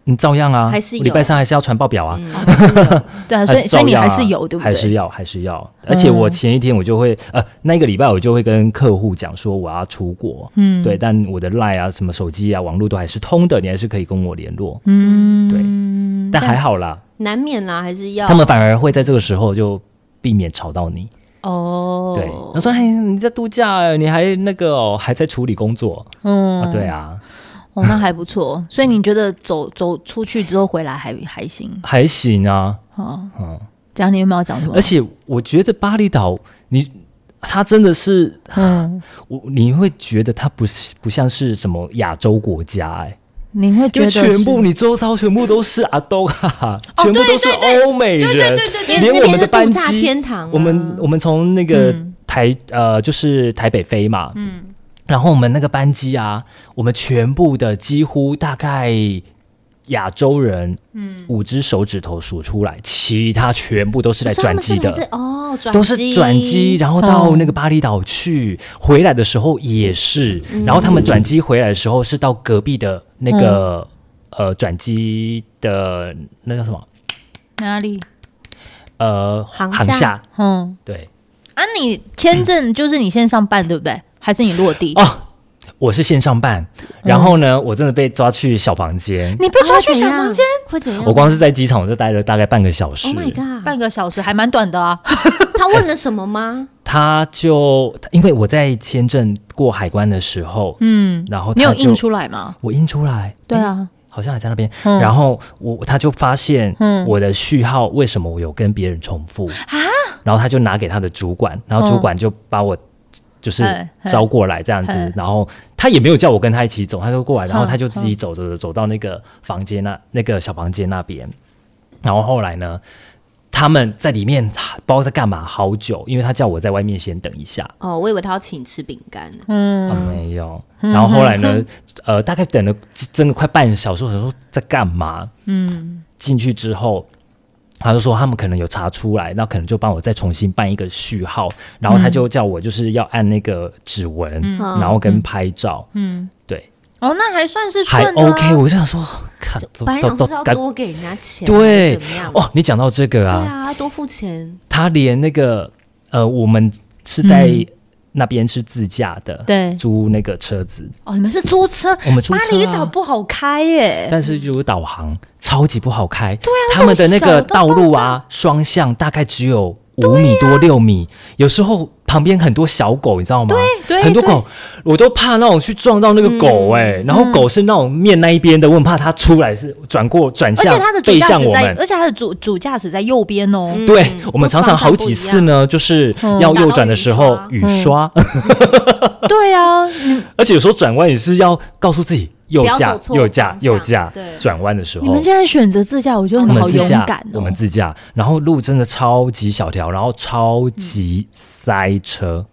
Speaker 3: 你照样啊，
Speaker 2: 还是有
Speaker 3: 礼拜三还是要传报表啊，
Speaker 2: 嗯，还是有
Speaker 1: 对啊，所
Speaker 3: 还
Speaker 1: 以
Speaker 3: 是
Speaker 1: 所以你
Speaker 3: 照样啊
Speaker 1: 还是有，对嗯不
Speaker 3: 还是
Speaker 1: 对？
Speaker 3: 要，还是要。而且我前一天我就会，呃，那一个礼拜我就会跟客户讲说我要出国，嗯，对，但我的 line 啊、什么手机啊、网络都还是通的，你还是可以跟我联络，
Speaker 1: 嗯，啊
Speaker 3: 对但还好啦，
Speaker 2: 难免啦，还是要
Speaker 3: 他们反而会在这个时候就避免吵到你。
Speaker 1: 哦，
Speaker 3: 对，他说：“哎，你在度假，你还那个哦，还在处理工作
Speaker 1: 嗯
Speaker 3: 啊？对啊，
Speaker 1: 哦，那还不错。所以你觉得走走出去之后回来还还行？
Speaker 3: 还行啊。
Speaker 1: 哦，
Speaker 3: 嗯，
Speaker 1: 讲你有没有讲什么
Speaker 3: 而？且我觉得巴厘岛，你它真的是
Speaker 1: 嗯，
Speaker 3: 我，你会觉得它不是不像是什么亚洲国家哎、
Speaker 1: 你会
Speaker 3: 因
Speaker 1: 觉
Speaker 3: 为
Speaker 1: 得
Speaker 3: 全
Speaker 1: 是哦
Speaker 3: 部你周遭全部都是阿东啊，全部都是欧美人，
Speaker 2: 因为
Speaker 3: 连
Speaker 2: 那
Speaker 3: 我们
Speaker 2: 边
Speaker 3: 的
Speaker 2: 是
Speaker 3: 班
Speaker 2: 度假
Speaker 3: 机，
Speaker 2: 天堂啊，
Speaker 3: 我们我们从那个
Speaker 2: 嗯
Speaker 3: 台呃就是台北飞嘛，嗯，然后我们那个班机啊，我们全部的几乎大概亚洲人，嗯，五只手指头数出来，其他全部都是来
Speaker 2: 所以他
Speaker 3: 转
Speaker 2: 们
Speaker 3: 机
Speaker 2: 是来
Speaker 3: 的，
Speaker 2: 这哦，转
Speaker 3: 都是转机，然后到
Speaker 1: 哦
Speaker 3: 那个巴厘岛
Speaker 2: 哦
Speaker 3: 去，回来的时候也是，
Speaker 2: 嗯
Speaker 3: 然后他们转机回来的时候是到隔壁的那
Speaker 2: 嗯
Speaker 3: 个、呃转机的那叫什么
Speaker 1: 哪里？
Speaker 3: 呃
Speaker 2: 航
Speaker 3: 航
Speaker 2: 厦
Speaker 3: 厦，
Speaker 1: 嗯，
Speaker 3: 对
Speaker 1: 啊，你签证就是你线上办对不对？还是你落地？
Speaker 3: 嗯哦，我是线上办，然后呢，我真的被抓去小房间，
Speaker 1: 嗯你被
Speaker 2: 啊
Speaker 1: 抓去小房间，
Speaker 2: 会怎样？
Speaker 3: 我光是在机场我就待了大概半个小时
Speaker 2: Oh，my god！
Speaker 1: 半个小时还蛮短的啊。
Speaker 2: 他问了什么吗？
Speaker 3: 他就因为我在签证过海关的时候，
Speaker 1: 嗯，
Speaker 3: 然后
Speaker 1: 你有
Speaker 3: 哦他就
Speaker 1: 印出来吗？
Speaker 3: 我印出来，
Speaker 1: 对啊，
Speaker 3: 好像还在那边。
Speaker 1: 嗯
Speaker 3: 然后我他就发现
Speaker 1: 嗯
Speaker 3: 我的序号为什么我有跟别人重复啊？然后他就拿给他的主管，然
Speaker 1: 嗯
Speaker 3: 后主管就把我就是
Speaker 1: 哎哎
Speaker 3: 招过来这样子
Speaker 1: 哎，
Speaker 3: 然后他也没有叫我跟他一起走，他就过来，然后
Speaker 1: 嗯
Speaker 3: 他就自己走走走走到那个房间那那个小房间那边，然后后来呢？他们在里面不知道在干嘛，好久，因为他叫我在外面先等一下，
Speaker 2: 哦，我以为他要请吃饼干呢。
Speaker 1: 嗯
Speaker 3: 啊，没有。然后后来呢， *laughs* 呃，大概等了真的快半小时，我想说在干嘛？嗯，进去之后。他就说他们可能有查出来，那可能就帮我再重新办一个序号，然后他就叫我就是要按那个指纹，
Speaker 2: 嗯
Speaker 3: 然后跟拍照，
Speaker 1: 嗯，
Speaker 3: 对，
Speaker 1: 哦，那还算是
Speaker 3: 还
Speaker 1: 顺的啊
Speaker 3: OK。我就想说，看都
Speaker 2: 本来
Speaker 3: 都
Speaker 2: 想
Speaker 3: 都
Speaker 2: 说是要
Speaker 3: 该
Speaker 2: 多给人家钱，
Speaker 3: 对
Speaker 2: 还是怎么样？
Speaker 3: 哦，你讲到这个
Speaker 2: 对
Speaker 3: 啊，
Speaker 2: 啊，多付钱。
Speaker 3: 他连那个呃，我们是在
Speaker 1: 嗯
Speaker 3: 那边是自驾的，
Speaker 1: 对
Speaker 3: 租那个车子，
Speaker 1: 哦，你们是租车，
Speaker 3: 我们租车、
Speaker 1: 巴
Speaker 3: 啊、
Speaker 1: 厘岛不好开耶。
Speaker 3: 但是就有导航超级不好开，对
Speaker 1: 啊
Speaker 3: 他们的那
Speaker 1: 那
Speaker 3: 个
Speaker 1: 种小
Speaker 3: 道
Speaker 1: 的
Speaker 3: 路啊，双向大概只有五米多六米，有时候旁边很多小狗，你知道吗？
Speaker 1: 对
Speaker 3: 很多
Speaker 1: 对
Speaker 3: 狗，我都怕那种去撞到那个狗哎、然后狗是那种面那一边的，我很怕它出来是转过转
Speaker 1: 而且
Speaker 3: 向
Speaker 1: 它的主
Speaker 3: 背
Speaker 1: 驾
Speaker 3: 向
Speaker 1: 驶
Speaker 3: 我
Speaker 1: 在嗯
Speaker 3: 们，。
Speaker 1: 而且它的主主驾驶在右边哦。
Speaker 3: 嗯
Speaker 2: 嗯
Speaker 3: 对我们
Speaker 2: 都
Speaker 3: 常常
Speaker 2: 方向
Speaker 3: 好
Speaker 2: 不一
Speaker 3: 几次呢，就是要右转的时候
Speaker 2: 打到
Speaker 3: 雨刷，
Speaker 1: 对啊，
Speaker 3: 哦
Speaker 1: 你
Speaker 3: *laughs* 而且有时候转弯也是要告诉自己右
Speaker 2: 不要
Speaker 3: 驾
Speaker 2: 走、错
Speaker 3: 右驾
Speaker 2: 方、向
Speaker 3: 右驾
Speaker 2: 对。
Speaker 3: 转弯的时候，
Speaker 1: 你们现在选择自驾，我觉得你
Speaker 3: 我
Speaker 1: 们
Speaker 3: 们
Speaker 1: 好
Speaker 3: 自
Speaker 1: 勇
Speaker 3: 驾
Speaker 1: 敢哦。
Speaker 3: 我们自驾，然后路真的超级小条，然后超级塞车。哇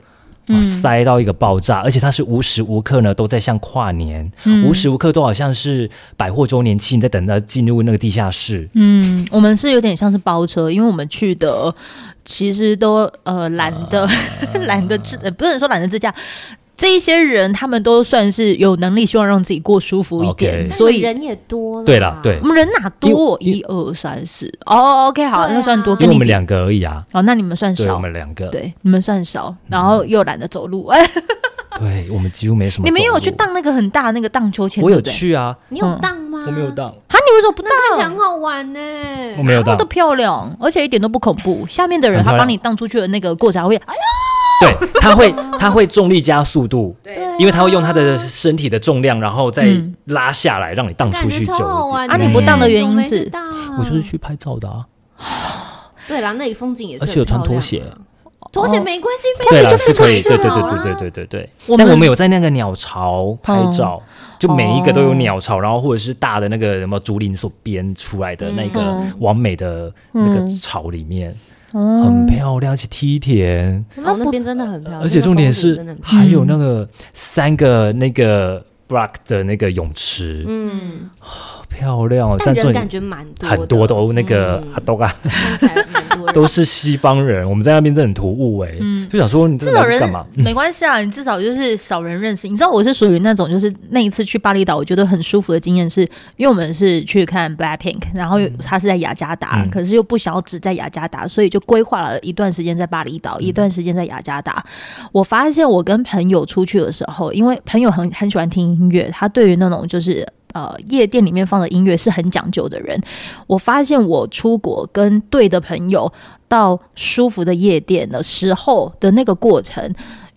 Speaker 1: 嗯
Speaker 3: 塞到一个爆炸，而且它是无时无刻呢都在像跨年，
Speaker 1: 嗯
Speaker 3: 无时无刻都好像是百货周年庆，在等它进入那个地下室。
Speaker 1: 嗯，我们是有点像是包车，因为我们去的呃其实都呃懒得
Speaker 3: 啊
Speaker 1: *laughs* 懒得自，呃不能说懒得自驾。这一些人，他们都算是有能力，希望让自己过舒服一点
Speaker 3: OK
Speaker 1: 所
Speaker 2: 那你
Speaker 1: 以
Speaker 2: 们人也多了。
Speaker 3: 对啦对
Speaker 1: 我们人哪多？
Speaker 3: 因为
Speaker 1: 一二三四，哦，OK，好，
Speaker 2: 对啊
Speaker 1: 那算多，
Speaker 3: 因
Speaker 1: 跟
Speaker 3: 为
Speaker 1: 你
Speaker 3: 我们
Speaker 1: 比
Speaker 3: 两个而已啊，
Speaker 1: 哦，那你们算
Speaker 3: 对，我
Speaker 1: 少，
Speaker 3: 们两个，嗯
Speaker 1: 对，你们算少，然后又懒得走路，哎，
Speaker 3: 对，我们几乎没什么。
Speaker 1: 你们有去？荡那个很大的那个荡秋千？
Speaker 3: 我有
Speaker 1: 对不对，
Speaker 3: 去啊，
Speaker 2: 你有
Speaker 1: 嗯
Speaker 2: 当吗？
Speaker 3: 我没有，荡，
Speaker 1: 啊，你为什么不荡？
Speaker 2: 那看起来很好玩呢。
Speaker 3: 我没有
Speaker 1: 那
Speaker 3: 荡
Speaker 1: 么的。漂亮，而且一点都不恐怖。下面的人
Speaker 3: 很
Speaker 1: 他
Speaker 3: 漂亮
Speaker 1: 帮你荡出去的那个过程还会，哎呀，
Speaker 3: 对，他会他会重力加速度，
Speaker 2: 对啊
Speaker 3: 因为他会用他的身体的重量，然后再
Speaker 1: 嗯
Speaker 3: 拉下来，让你荡
Speaker 2: 感
Speaker 3: 出
Speaker 2: 觉
Speaker 3: 去久
Speaker 2: 超
Speaker 3: 一
Speaker 2: 好玩
Speaker 3: 点。
Speaker 2: 的。
Speaker 1: 啊你不荡的原因是
Speaker 2: 嗯
Speaker 3: 我就是去拍照的啊。
Speaker 2: 对啦，那里风景也是，
Speaker 3: 而且有穿拖鞋。
Speaker 2: 拖
Speaker 1: 哦
Speaker 2: 鞋没关系，
Speaker 3: 对
Speaker 2: 飞出
Speaker 3: 啦，是
Speaker 2: 去就
Speaker 3: 可
Speaker 2: 飞
Speaker 3: 以，
Speaker 2: 出去
Speaker 3: 对
Speaker 2: 就
Speaker 3: 对
Speaker 2: 好
Speaker 3: 对
Speaker 2: 了
Speaker 3: 对对对对对。
Speaker 1: 我
Speaker 3: 但我
Speaker 1: 们
Speaker 3: 们有在那个鸟巢拍照，
Speaker 2: 哦
Speaker 3: 就每一个都有鸟巢，然后或者是大的那个什么竹林所编出来的那个
Speaker 1: 嗯
Speaker 3: 完美的那个
Speaker 1: 嗯
Speaker 3: 巢里面，
Speaker 2: 嗯
Speaker 1: 哦
Speaker 3: 很漂亮，而且梯田，
Speaker 2: 哦，那边真的很漂亮，
Speaker 3: 而且重点
Speaker 2: 那个
Speaker 3: 是
Speaker 2: 风景真的很
Speaker 3: 还有那
Speaker 2: 嗯
Speaker 3: 个三个那个 block 的那个泳池，
Speaker 2: 嗯，
Speaker 3: 好漂亮哦！
Speaker 2: 但
Speaker 3: 这
Speaker 2: 人
Speaker 3: 里
Speaker 2: 感觉蛮多的，哦
Speaker 3: 很多都那个阿
Speaker 2: 嗯
Speaker 3: 都啊，
Speaker 2: 看起来蛮多人
Speaker 3: 都是西方人，我们在那边真的很突兀哎，
Speaker 2: 嗯
Speaker 3: 就想说你这
Speaker 1: 至
Speaker 3: 个
Speaker 1: 少
Speaker 3: 来
Speaker 1: 人
Speaker 3: 这干嘛？
Speaker 1: 没关系啊，你至少就是少人认识。你知道我是属于那种，就是那一次去巴厘岛，我觉得很舒服的经验是，因为我们是去看 Blackpink，然后他是在雅加达，
Speaker 3: 嗯
Speaker 1: 可是又不想要只在雅加达，所以就规划了一段时间在巴厘岛，一段时间在雅加达。我发现我跟朋友出去的时候，因为朋友很很喜欢听音乐，他对于那种就是。呃，夜店里面放的音乐是很讲究的人，我发现我出国跟对的朋友到舒服的夜店的时候的那个过程。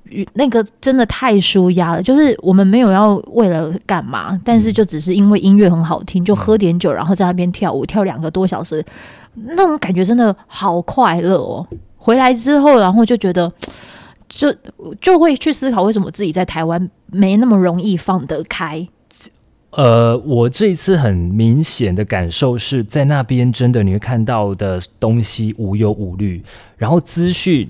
Speaker 1: 与那个真的太舒压了，就是我们没有要为了干嘛，但
Speaker 3: 嗯
Speaker 1: 是就只是因为音乐很好听，就喝点酒，然后在那边跳舞，跳两个多小时，那种感觉真的好快乐哦。回来之后，然后就觉得，就就会去思考为什么自己在台湾没那么容易放得开。
Speaker 3: 呃，我这一次很明显的感受是在那边，真的你会看到的东西无忧无虑，然后资讯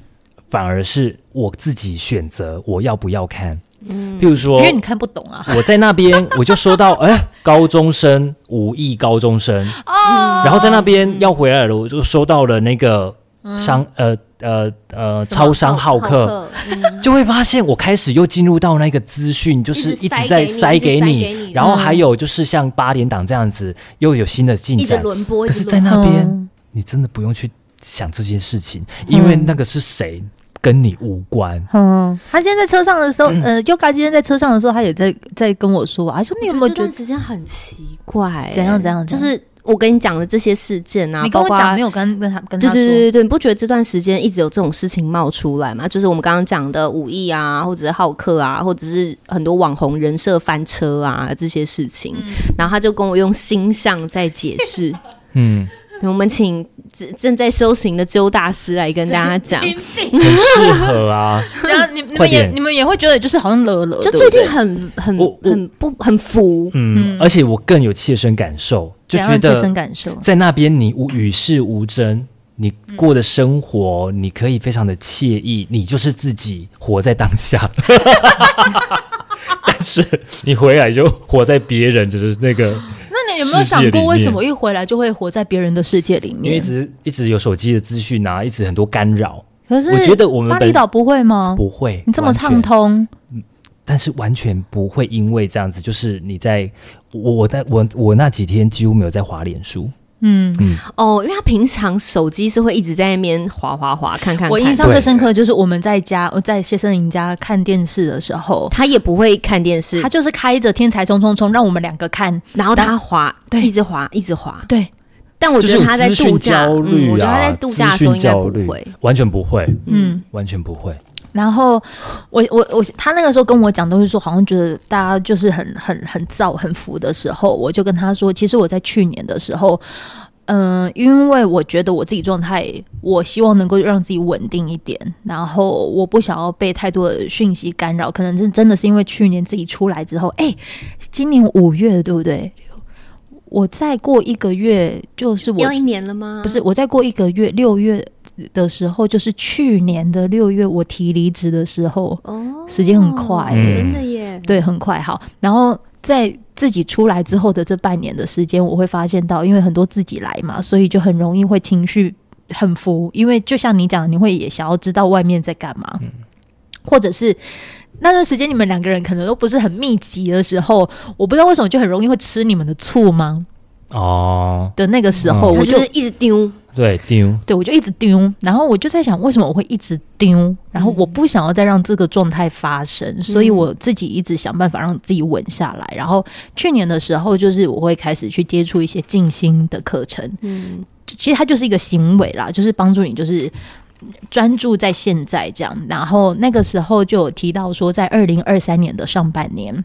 Speaker 3: 反而是我自己选择我要不要看。嗯，譬如说
Speaker 1: 因，为你看不懂啊，
Speaker 3: 我在那边我就收到， *laughs* 哎、高中生五亿高中生，
Speaker 1: 哦嗯
Speaker 2: 哦
Speaker 3: 然后在那边要回来了，我就收到了那个商、呃呃呃
Speaker 2: 嗯什么
Speaker 3: *laughs* 超商好客。
Speaker 2: 客，嗯
Speaker 3: 就会发现我开始又进入到那个资讯，就是
Speaker 2: 一直
Speaker 3: 一直
Speaker 2: 塞
Speaker 3: 在
Speaker 2: 给你
Speaker 3: 塞
Speaker 2: 一直
Speaker 3: 给
Speaker 2: 塞
Speaker 3: 你，
Speaker 2: 给你
Speaker 3: *laughs* 然后还有就是像八点档这样子，又有新的进
Speaker 2: 一直
Speaker 3: 展。
Speaker 2: 轮播，
Speaker 3: 可是，
Speaker 2: 一直
Speaker 3: 在
Speaker 2: 轮
Speaker 3: 那边、
Speaker 1: 嗯
Speaker 3: 你真的不用去想这件事情，因为那个是谁跟你无关。
Speaker 1: 嗯，他今天在车上的时候，
Speaker 3: 嗯
Speaker 1: 呃，Yoga 今天在车上的时候，他也在在跟我说啊，说你有没
Speaker 2: 我
Speaker 1: 有
Speaker 2: 觉得
Speaker 1: 觉得？
Speaker 2: 这段时间很奇怪欸、
Speaker 1: 怎样怎样怎
Speaker 2: 就
Speaker 1: 样
Speaker 2: 是我跟你讲的这些事件啊，
Speaker 1: 你跟我
Speaker 2: 包括
Speaker 1: 讲，没有跟跟他跟他
Speaker 2: 对
Speaker 1: 说，
Speaker 2: 对对对对，你不觉得这段时间一直有这种事情冒出来吗？就是我们刚刚讲的武艺啊，或者是好客啊，或者是很多网红人设翻车啊这些事情，
Speaker 1: 嗯
Speaker 2: 然后他就跟我用星象在解释。
Speaker 1: *laughs*
Speaker 3: 嗯，
Speaker 2: 我们请正正在修行的周大师来跟大家讲，
Speaker 1: *laughs*
Speaker 3: 很适合啊。
Speaker 1: 然后你你
Speaker 3: 快
Speaker 1: 们也
Speaker 3: 点
Speaker 1: 你们也会觉得就是好像了了，
Speaker 2: 就
Speaker 1: 对
Speaker 2: 最
Speaker 1: 不
Speaker 2: 近
Speaker 1: 对
Speaker 2: 很很
Speaker 3: 我我
Speaker 2: 很不很浮，
Speaker 3: 嗯，而且我更有切身感受，就
Speaker 1: 怎
Speaker 3: 觉
Speaker 1: 样切身
Speaker 3: 得
Speaker 1: 感受，
Speaker 3: 在那边你无与世无争。你过的生活，
Speaker 2: 嗯
Speaker 3: 你可以非常的惬意，你就是自己活在当
Speaker 2: *laughs*
Speaker 3: 下。但是你回来就活在别人的那个，
Speaker 1: 那你有没有想
Speaker 3: 世界
Speaker 1: 过
Speaker 3: 里
Speaker 1: 为什
Speaker 3: 面
Speaker 1: 么一回来就会活在别人的世界里
Speaker 3: 因为一
Speaker 1: 面？
Speaker 3: 直一直有手机的资讯啊，一直很多干扰。
Speaker 1: 可是
Speaker 3: 我觉得我们
Speaker 1: 巴
Speaker 3: 本
Speaker 1: 厘岛不会
Speaker 2: 哦
Speaker 1: 吗？
Speaker 3: 不会，
Speaker 1: 你这么
Speaker 3: 完全
Speaker 1: 畅，通，
Speaker 3: 但是完全不会因为这样子，就是你在我我在我我那几天几乎没有在滑脸书，
Speaker 1: 嗯，
Speaker 2: 哦，因为他平常手机是会一直在那边滑滑滑看看看，
Speaker 1: 我印象最
Speaker 3: 对
Speaker 1: 深刻的就是我们在家，我在谢生莹家看电视的时候，
Speaker 2: 他也不会看电视
Speaker 1: 他，就是开着《天才冲冲冲》让我们两个看，
Speaker 2: 然后他滑，对，一直滑，一直滑。
Speaker 1: 对，
Speaker 2: 但我
Speaker 3: 就
Speaker 2: 觉
Speaker 3: 是
Speaker 2: 得
Speaker 3: 有
Speaker 2: 他在
Speaker 3: 资
Speaker 2: 度
Speaker 3: 讯
Speaker 2: 假，
Speaker 3: 焦
Speaker 2: 嗯，
Speaker 3: 虑
Speaker 2: 我觉得他
Speaker 3: 啊，
Speaker 2: 在度假的
Speaker 3: 资
Speaker 2: 时候应
Speaker 3: 讯
Speaker 2: 该
Speaker 3: 焦
Speaker 2: 不
Speaker 3: 虑
Speaker 2: 会。
Speaker 3: 完全不会，
Speaker 1: 嗯。
Speaker 3: 完全不会。
Speaker 1: 然后我我我，他那个时候跟我讲，都是说好像觉得大家就是很很很燥很浮的时候，我就跟他说，其实我在去年的时候，嗯、因为我觉得我自己状态，我希望能够让自己稳定一点，然后我不想要被太多的讯息干扰，可能是真的是因为去年自己出来之后，哎、今年五月对不对？我再过一个月就是我
Speaker 2: 要一年了吗？
Speaker 1: 不是，，我再过一个月，六月的时候，就是去年的六月，我提离职的时候，
Speaker 2: 哦，
Speaker 1: 时间很快
Speaker 2: 嗯
Speaker 3: 欸
Speaker 2: 真的耶。
Speaker 1: 对，很快。好，然后在自己出来之后的这半年的时间，我会发现到，因为很多自己来嘛，所以就很容易会情绪很浮，因为就像你讲，你会也想要知道外面在干嘛，或者是。那段时间你们两个人可能都不是很密集的时候，我不知道为什么就很容易会吃你们的醋吗？
Speaker 3: 哦，
Speaker 1: 的那个时候，
Speaker 3: 嗯
Speaker 2: 他
Speaker 1: 我
Speaker 2: 就是一直丢，
Speaker 3: 对，丢，
Speaker 1: 对，我就一直丢，然后我就在想，为什么我会一直丢？然后我不想要再让这个状态发生，所以我自己一直想办法让自己稳下来。然后去年的时候，就是我会开始去接触一些静心的课程，
Speaker 2: 嗯，
Speaker 1: 其实它就是一个行为啦，就是帮助你就是专注在现在这样。然后那个时候就有提到说，在二零二三年的上半年。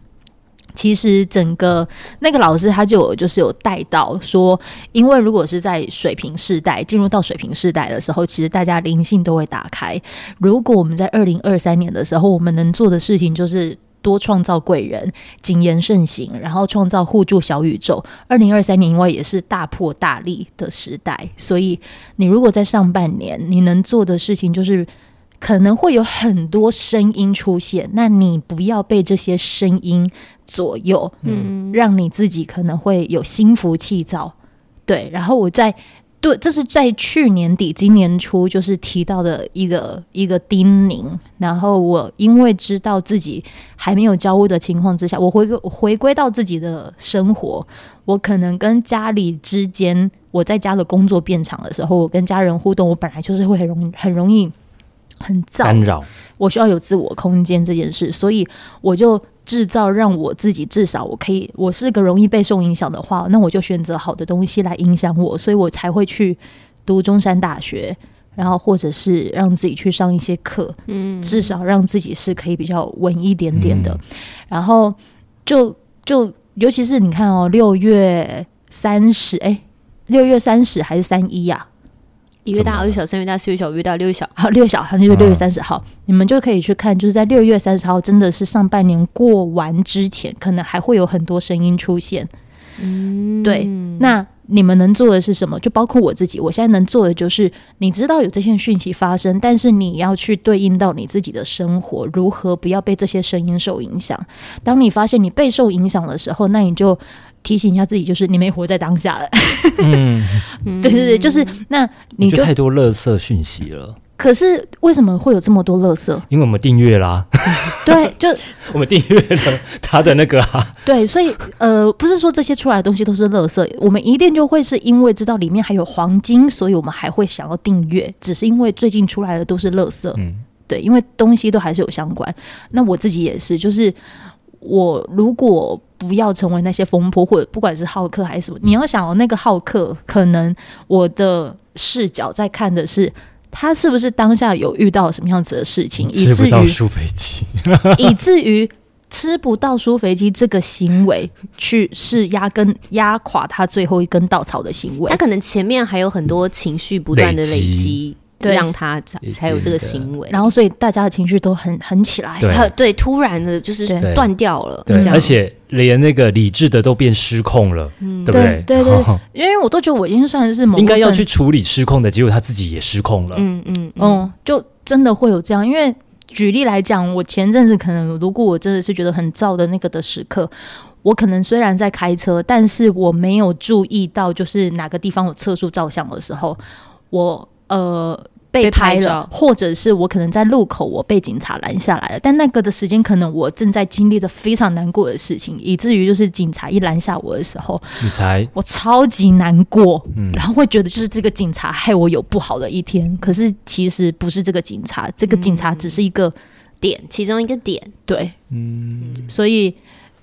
Speaker 1: 其实整个那个老师他就有就是有带到说，因为如果是在水平世代进入到水平世代的时候，其实大家灵性都会打开。如果我们在二零二三年的时候，我们能做的事情就是。多创造贵人，谨言慎行，然后创造互助小宇宙。二零二三年因为也是大破大立的时代，所以你如果在上半年你能做的事情就是可能会有很多声音出现，那你不要被这些声音左右，
Speaker 2: 嗯，
Speaker 1: 让你自己可能会有心浮气躁。对，然后我在对，这是在去年底、今年初就是提到的一个一个叮咛。然后我因为知道自己还没有交屋的情况之下，我回归回归到自己的生活，我可能跟家里之间，我在家的工作变长的时候，我跟家人互动，我本来就是会很容易很容易很躁
Speaker 3: 干扰，
Speaker 1: 我需要有自我空间这件事，所以我就制造让我自己至少我可以，我是个容易被受影响的话，那我就选择好的东西来影响我，所以我才会去读中山大学，然后或者是让自己去上一些课，嗯，至少让自己是可以比较稳一点点的，
Speaker 3: 嗯
Speaker 1: 然后就就尤其是你看哦，六月三十，哎，六月三十还是三一啊呀？
Speaker 2: 一月
Speaker 3: 怎
Speaker 2: 大，
Speaker 3: 么
Speaker 2: 二
Speaker 3: 了
Speaker 2: 月小，三月大，四月小，五月大，六月小。
Speaker 1: 好，六月小号就是
Speaker 3: 嗯
Speaker 1: 六月三十号，你们就可以去看，就是在六月三十号，真的是上半年过完之前，可能还会有很多声音出现。
Speaker 2: 嗯
Speaker 1: 对那你们能做的是什么？就包括我自己，我现在能做的就是，你知道有这些讯息发生，但是你要去对应到你自己的生活，如何不要被这些声音受影响。当你发现你备受影响的时候，那你就提醒一下自己，就是你没活在当下了。 *laughs*
Speaker 3: 嗯，
Speaker 1: 对对对，就是那 *laughs* 你
Speaker 3: 我觉
Speaker 1: 就
Speaker 3: 得太多垃圾讯息了，
Speaker 1: 可是为什么会有这么多垃圾？ *laughs*
Speaker 3: 因为我们订阅啦， *laughs*
Speaker 1: 对，就
Speaker 3: 我们订阅了他的那个
Speaker 1: *laughs*
Speaker 3: 啊，
Speaker 1: 对，所以呃，不是说这些出来的东西都是垃圾，我们一定就会是因为知道里面还有黄金，所以我们还会想要订阅，只是因为最近出来的都是垃圾，
Speaker 3: 嗯，
Speaker 1: 对，因为东西都还是有相关。那我自己也是，就是我如果不要成为那些风波，或者不管是好客还是什么，你要想哦，那个好客，可能我的视角在看的是。他是不是当下有遇到什么样子的事情，以
Speaker 3: 嗯吃
Speaker 1: 至
Speaker 3: 不到
Speaker 1: 于
Speaker 3: 舒肥鸡，
Speaker 1: 以至于吃不到舒肥鸡这个行为，去是压根压垮他最后一根稻草的行为
Speaker 2: 他。可能前面还有很多情绪不断的累
Speaker 3: 累
Speaker 2: 积
Speaker 3: 积，
Speaker 1: 对
Speaker 2: 让他才
Speaker 3: 一定的
Speaker 2: 才有这个行为。
Speaker 1: 然后，所以大家的情绪都很很起来。
Speaker 3: 对
Speaker 2: 很对，突然的就是
Speaker 1: 对
Speaker 2: 断掉了，
Speaker 3: 对
Speaker 2: 这，样
Speaker 3: 而且连那个理智的都变失控了，对不
Speaker 1: 对嗯对
Speaker 3: *laughs*
Speaker 1: 对因为我都觉得我已经算是某
Speaker 3: 应该
Speaker 1: 部
Speaker 3: 要
Speaker 1: 分
Speaker 3: 去处理失控的，结果他自己也失控了，
Speaker 2: 嗯嗯嗯，
Speaker 1: 嗯，就真的会有这样，因为。举例来讲，我前阵子可能，如果我真的是觉得很燥的那个的时刻，我可能虽然在开车，但是我没有注意到，就是哪个地方有测速照相的时候，我呃被
Speaker 2: 被拍
Speaker 1: 拍了
Speaker 2: 照，
Speaker 1: 或者是我可能在路口我被警察拦下来了，但那个的时间可能我正在经历着非常难过的事情，以至于就是警察一拦下我的时候，
Speaker 3: 你才
Speaker 1: 我超级难过，然后会觉得就是这个警察害我有不好的一天。可是其实不是这个警察，这个警察只是一个、
Speaker 2: 点其中一个点，
Speaker 1: 对，嗯，所以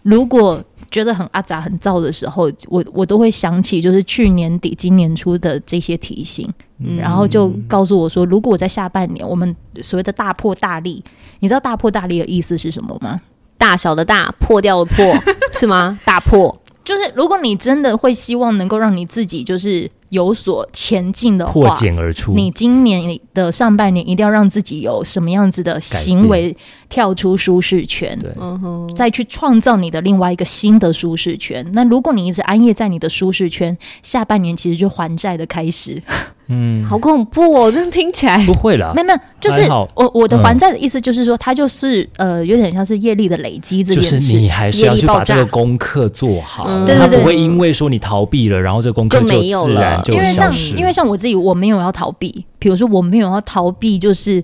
Speaker 1: 如果觉得很阿杂很燥的时候，我我都会想起就是去年底今年初的这些提醒，然后就告诉我说，如果我在下半年我们所谓的大破大立，你知道大破大立的意思是什么吗？
Speaker 2: 大小的大，破掉的破， *laughs* 是吗？大破，
Speaker 1: 就是如果你真的会希望能够让你自己就是有所前进的话，
Speaker 3: 破茧而出，
Speaker 1: 你今年的上半年一定要让自己有什么样子的行为跳出舒适圈，
Speaker 3: 对，
Speaker 2: 嗯哼，
Speaker 1: 再去创造你的另外一个新的舒适圈。那如果你一直安逸在你的舒适圈，下半年其实就还债的开始。
Speaker 3: 嗯，
Speaker 2: 好恐怖哦，真的听起来
Speaker 3: 不会啦
Speaker 1: 没，有没有，就是
Speaker 3: 还好嗯
Speaker 1: 我我的还债的意思就是说，它就是呃有点像是业力的累积这
Speaker 3: 就
Speaker 1: 件
Speaker 3: 是
Speaker 1: 事。
Speaker 3: 你还是
Speaker 2: 业
Speaker 3: 要
Speaker 2: 力
Speaker 3: 去
Speaker 2: 爆
Speaker 3: 把这个
Speaker 2: 炸
Speaker 3: 功课做好，
Speaker 2: 嗯
Speaker 1: 对
Speaker 3: 他
Speaker 1: 对对
Speaker 3: 不会因为说你逃避了，然后这个功课
Speaker 2: 就没有
Speaker 3: 自然
Speaker 2: 了
Speaker 3: 就
Speaker 1: 因为
Speaker 3: 消
Speaker 1: 像
Speaker 3: 失，
Speaker 1: 因为像我自己，我没有要逃避，比如说我没有要逃避，就是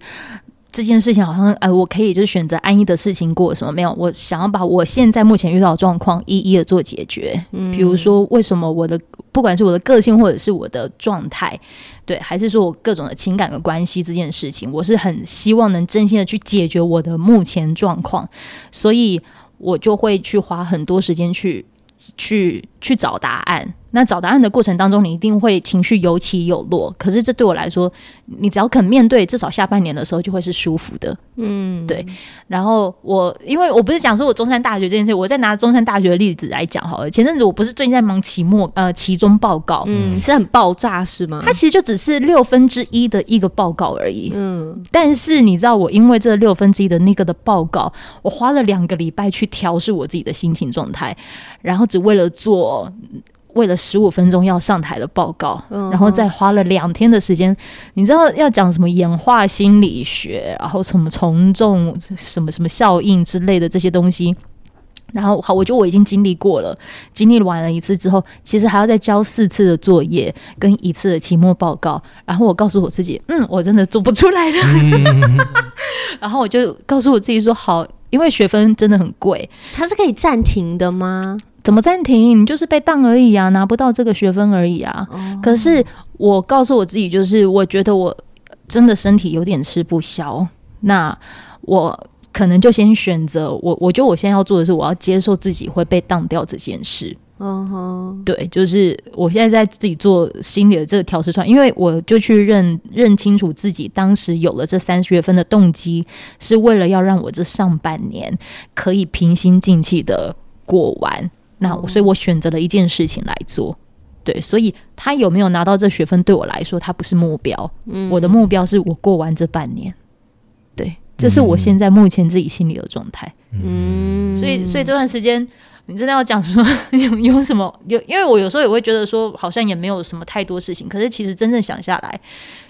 Speaker 1: 这件事情好像呃，我可以就是选择安逸的事情过什么没有，我想要把我现在目前遇到的状况一一的做解决。
Speaker 2: 嗯
Speaker 1: 比如说为什么我的不管是我的个性或者是我的状态，对，还是说我各种的情感的关系这件事情，我是很希望能真心的去解决我的目前状况，所以我就会去花很多时间去去去找答案。那找答案的过程当中，你一定会情绪有起有落。可是这对我来说，你只要肯面对，至少下半年的时候就会是舒服的。
Speaker 2: 嗯，
Speaker 1: 对然后我，因为我不是讲说我中山大学这件事，我再拿中山大学的例子来讲好了。前阵子我不是最近在忙期末呃期中报告，
Speaker 2: 嗯，是很爆炸是吗？
Speaker 1: 它其实就只是六分之一的一个报告而已。
Speaker 2: 嗯，
Speaker 1: 但是你知道，我因为这六分之一的那个的报告，我花了两个礼拜去调试我自己的心情状态，然后只为了做。为了十五分钟要上台的报告，
Speaker 2: 嗯
Speaker 1: 然后再花了两天的时间，你知道要讲什么演化心理学，然后什么从众、什么什么效应之类的这些东西。然后好，我觉得我已经经历过了，经历完了一次之后，其实还要再交四次的作业跟一次的期末报告。然后我告诉我自己，嗯，我真的做不出来了。 *laughs* 然后我就告诉我自己说，好，因为学分真的很贵，
Speaker 2: 它是可以暂停的吗？
Speaker 1: 怎么暂停？你就是被当而已啊，拿不到这个学分而已啊。
Speaker 2: 哦
Speaker 1: 可是我告诉我自己，就是我觉得我真的身体有点吃不消，那我可能就先选择我，我觉得我现在要做的是，我要接受自己会被当掉这件事。
Speaker 2: 嗯哼，
Speaker 1: 对，就是我现在在自己做心理的这个调试串，因为我就去认认清楚自己当时有了这三十月份的动机，是为了要让我这上半年可以平心静气的过完。那
Speaker 2: 哦
Speaker 1: 我所以，我选择了一件事情来做。对，所以他有没有拿到这学分，对我来说，他不是目标。
Speaker 2: 嗯
Speaker 1: 我的目标是我过完这半年。对，这是我现在目前自己心里的状态。
Speaker 2: 嗯，
Speaker 1: 所以，所以这段时间，你真的要讲说 *laughs* 有有什么有？因为我有时候也会觉得说，好像也没有什么太多事情。可是其实真正想下来，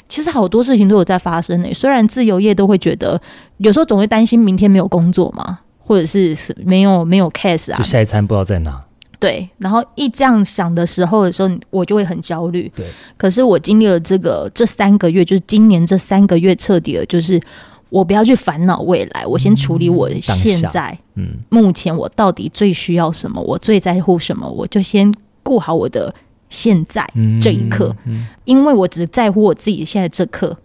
Speaker 1: 其实好多事情都有在发生呢、欸虽然自由业都会觉得，有时候总会担心明天没有工作嘛，或者是是没有没有 case 啊
Speaker 3: 就，下一餐不知道在哪。
Speaker 1: 对。然后一这样想的时候的时候，我就会很焦虑。
Speaker 3: 对。
Speaker 1: 可是我经历了这个这三个月，就是今年这三个月，彻底的就是我不要去烦恼未来，我先处理我
Speaker 3: 嗯当
Speaker 1: 现
Speaker 3: 下
Speaker 1: 在。
Speaker 3: 嗯，
Speaker 1: 目前我到底最需要什么，我最在乎什么，我就先顾好我的现在
Speaker 3: 嗯
Speaker 1: 这一刻，
Speaker 3: 嗯
Speaker 1: 因为我只在乎我自己现在这刻，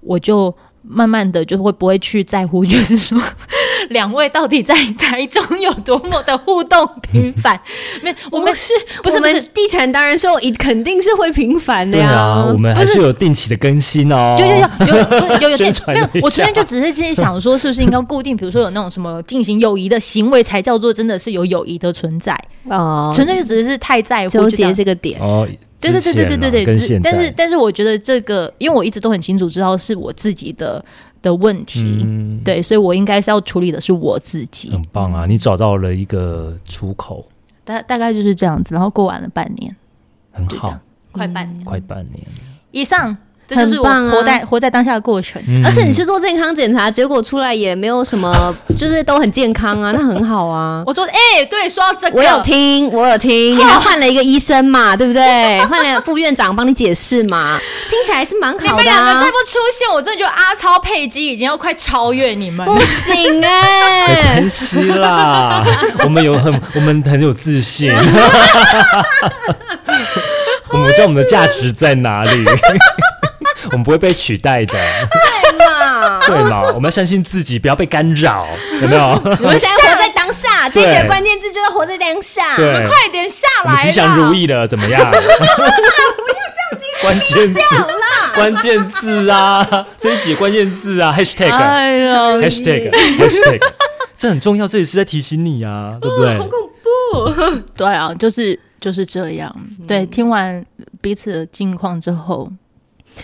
Speaker 1: 我就慢慢的就会不会去在乎，就是说 *laughs* 两位到底在台中有多么的互动频
Speaker 3: *laughs*
Speaker 1: 繁？没，我们是不
Speaker 2: 不
Speaker 1: 是
Speaker 2: 是
Speaker 1: 不
Speaker 2: 不
Speaker 1: 是
Speaker 2: 是，？地产达人秀一肯定是会频繁的
Speaker 3: 对
Speaker 2: 呀、
Speaker 3: 啊，我们还是有定期的更新哦。
Speaker 1: 有有有有不是有有点
Speaker 3: 宣传
Speaker 1: 没有
Speaker 3: 一，下
Speaker 1: 我昨天就只是心里想说，是不是应该固定，比如说有那种什么进行友谊的行为，才叫做真的是有友谊的存在，
Speaker 2: 哦
Speaker 1: 纯粹就只是太在乎
Speaker 2: 纠
Speaker 1: 就这样
Speaker 2: 结这个点，
Speaker 3: 哦，
Speaker 1: 对对对对对对对，
Speaker 3: 跟
Speaker 1: 只
Speaker 3: 现在，
Speaker 1: 但是但是我觉得这个，因为我一直都很清楚知道是我自己的的问题，
Speaker 3: 嗯，
Speaker 1: 对，所以我应该是要处理的是我自己，
Speaker 3: 很棒啊，你找到了一个出口，
Speaker 1: 大大概就是这样子。然后过完了半年，
Speaker 3: 很
Speaker 1: 就这
Speaker 3: 好
Speaker 1: 样，嗯快半年
Speaker 3: 快半年，
Speaker 1: 以上，这就是我
Speaker 2: 很棒啊
Speaker 1: 活在活在当下的过程。
Speaker 3: 嗯
Speaker 2: 而且你去做健康检查，结果出来也没有什 *laughs* 么，就是都很健康啊，那很好啊。
Speaker 1: 我说，哎，对，说到这个，
Speaker 2: *laughs* 我有听，我有 *laughs* 听，你还换了一个医生嘛， *laughs* 对不对？换了副院长帮你解释 *laughs* 嘛，听起来是蛮
Speaker 1: 你
Speaker 2: 好
Speaker 1: 们
Speaker 2: 的、
Speaker 1: 两个
Speaker 2: 啊
Speaker 1: 再。不出现，我真的觉得阿超佩姬已经要快超越你们了。
Speaker 2: 不行哎、
Speaker 3: 没
Speaker 2: *laughs*
Speaker 3: 关系
Speaker 1: *laughs*
Speaker 3: 啦，我们有很我们很有自信，我们知道我们的价值在哪里， *laughs* 我们不会被取代的，
Speaker 2: 嘛，
Speaker 3: 对吗？我们要相信自己，不要被干扰，有没有？
Speaker 2: 我们现在活在当下，这一集
Speaker 3: 对
Speaker 2: 的关键字就是活在当下。
Speaker 3: 对
Speaker 1: 你们快点下
Speaker 3: 我们
Speaker 1: 来
Speaker 3: 吉祥如
Speaker 1: 啦！
Speaker 3: 意了，怎么样？关键字关键字啊，这一集关键字啊，#hashtag
Speaker 1: 哎呦，
Speaker 3: #hashtag 啊 #hashtag，这很重要，这也是在提醒你啊，对不对？
Speaker 1: 对啊，就是就是这样。对，
Speaker 2: 嗯
Speaker 1: 听完彼此的近况之后，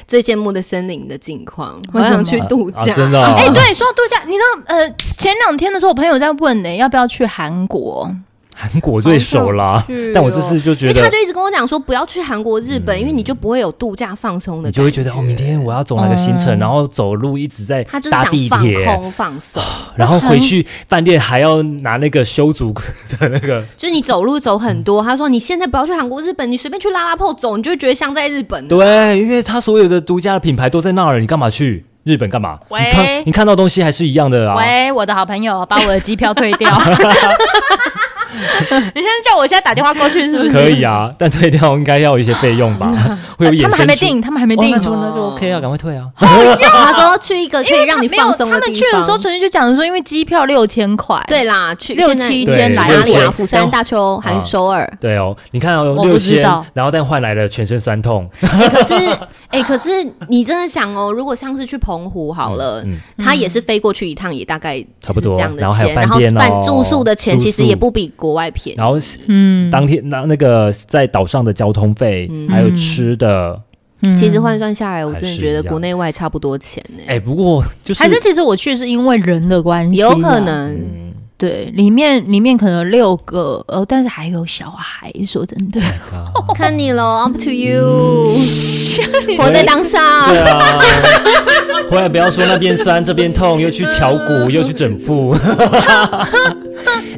Speaker 2: 最羡慕的森林的境况，
Speaker 1: 为
Speaker 2: 我
Speaker 1: 什么
Speaker 2: 想去度假。
Speaker 3: 啊真的哦
Speaker 1: 哎、对，说到度假，你知道，呃，前两天的时候，我朋友在问呢、要不要去韩国？
Speaker 3: 韩国最熟啦
Speaker 2: 好想去哦，
Speaker 3: 但我这次就
Speaker 2: 因
Speaker 3: 觉
Speaker 2: 为他
Speaker 3: 得嗯
Speaker 2: 就，一直跟我讲说，不要去韩国、日本，因为你就不会有度假放松的感
Speaker 3: 你
Speaker 2: 觉，
Speaker 3: 就会觉得哦，明天我要走哪个行程，然后走路一直在
Speaker 2: 他就是
Speaker 3: 搭
Speaker 2: 想
Speaker 3: 地
Speaker 2: 放
Speaker 3: 铁，
Speaker 2: 空放松，
Speaker 3: 然后回去饭店还要拿那个修足 *laughs* 的那个，
Speaker 2: 就是你走路走很多。他说你现在不要去韩国、日本，你随便去拉拉破走，你就会觉得像在日
Speaker 1: 嗯
Speaker 2: 本。
Speaker 3: *laughs* 对，因为他所有的独家的品牌都在那儿，你干嘛去日本干嘛？
Speaker 1: 喂
Speaker 3: 你看你看到东西还是一样的啊，
Speaker 1: 喂，我的好朋友，把我的机票退
Speaker 3: *laughs*
Speaker 1: 掉。 *laughs* 你现在叫我现在打电话过去，是不是？*laughs*
Speaker 3: 啊可以啊，但退掉应该要有一些费用吧？会有衍
Speaker 1: 哎他们
Speaker 3: 生
Speaker 1: 还没
Speaker 3: 出
Speaker 1: 定，他们还没
Speaker 3: 哦
Speaker 1: 定。哦
Speaker 3: 那就那就 OK 啊，赶快退啊！
Speaker 2: 他说去一个可以让你
Speaker 1: 没有
Speaker 2: 放松
Speaker 1: 哦他
Speaker 2: 的
Speaker 1: 们
Speaker 2: 地
Speaker 1: 去的
Speaker 2: 方。
Speaker 1: 时候，纯粹就讲说，因为机票六千块，
Speaker 2: 对啦，去
Speaker 1: 六
Speaker 2: 现在
Speaker 1: 七
Speaker 3: 千来
Speaker 2: 哪里
Speaker 3: 回
Speaker 2: 啊？釜山、大邱还
Speaker 3: 啊
Speaker 2: 是首尔？
Speaker 3: 对哦，你看哦，
Speaker 1: 我不
Speaker 3: 六
Speaker 1: 知
Speaker 3: 千
Speaker 1: 道，
Speaker 3: 然后但换来了全身酸痛，
Speaker 2: 欸可是， *laughs* 哎、可是你真的想哦，如果上次去澎湖好
Speaker 1: 呃
Speaker 2: 了，
Speaker 3: 嗯
Speaker 2: 他也是飞过去一趟，也大概
Speaker 3: 差不
Speaker 2: 就
Speaker 3: 多
Speaker 2: 是这样的
Speaker 3: 然后还有
Speaker 2: 钱，然
Speaker 3: 饭
Speaker 2: 后
Speaker 3: 店哦
Speaker 2: 饭住宿的钱
Speaker 3: 住宿
Speaker 2: 其实也不比国外便宜。
Speaker 3: 然后
Speaker 1: 嗯，
Speaker 3: 当天那那个在岛上的交通费，还有吃的，
Speaker 1: 嗯
Speaker 2: 其实换算下来，我真
Speaker 3: 还
Speaker 2: 的
Speaker 3: 是
Speaker 2: 觉得
Speaker 3: 一样
Speaker 2: 国内外差不多钱呢、
Speaker 3: 哎，不过就是
Speaker 1: 还是其实我去是因为人的关系啦，
Speaker 2: 有可能。
Speaker 3: 嗯，
Speaker 1: 对，里面里面可能六个，呃，但是还有小孩。说真
Speaker 3: *laughs*
Speaker 1: 的，
Speaker 3: 啊
Speaker 2: *laughs* 看你喽，up to you，活在当下。
Speaker 3: 对啊， *laughs* 回来不要说那边酸这边痛，又去敲骨，又去整腹。 *laughs*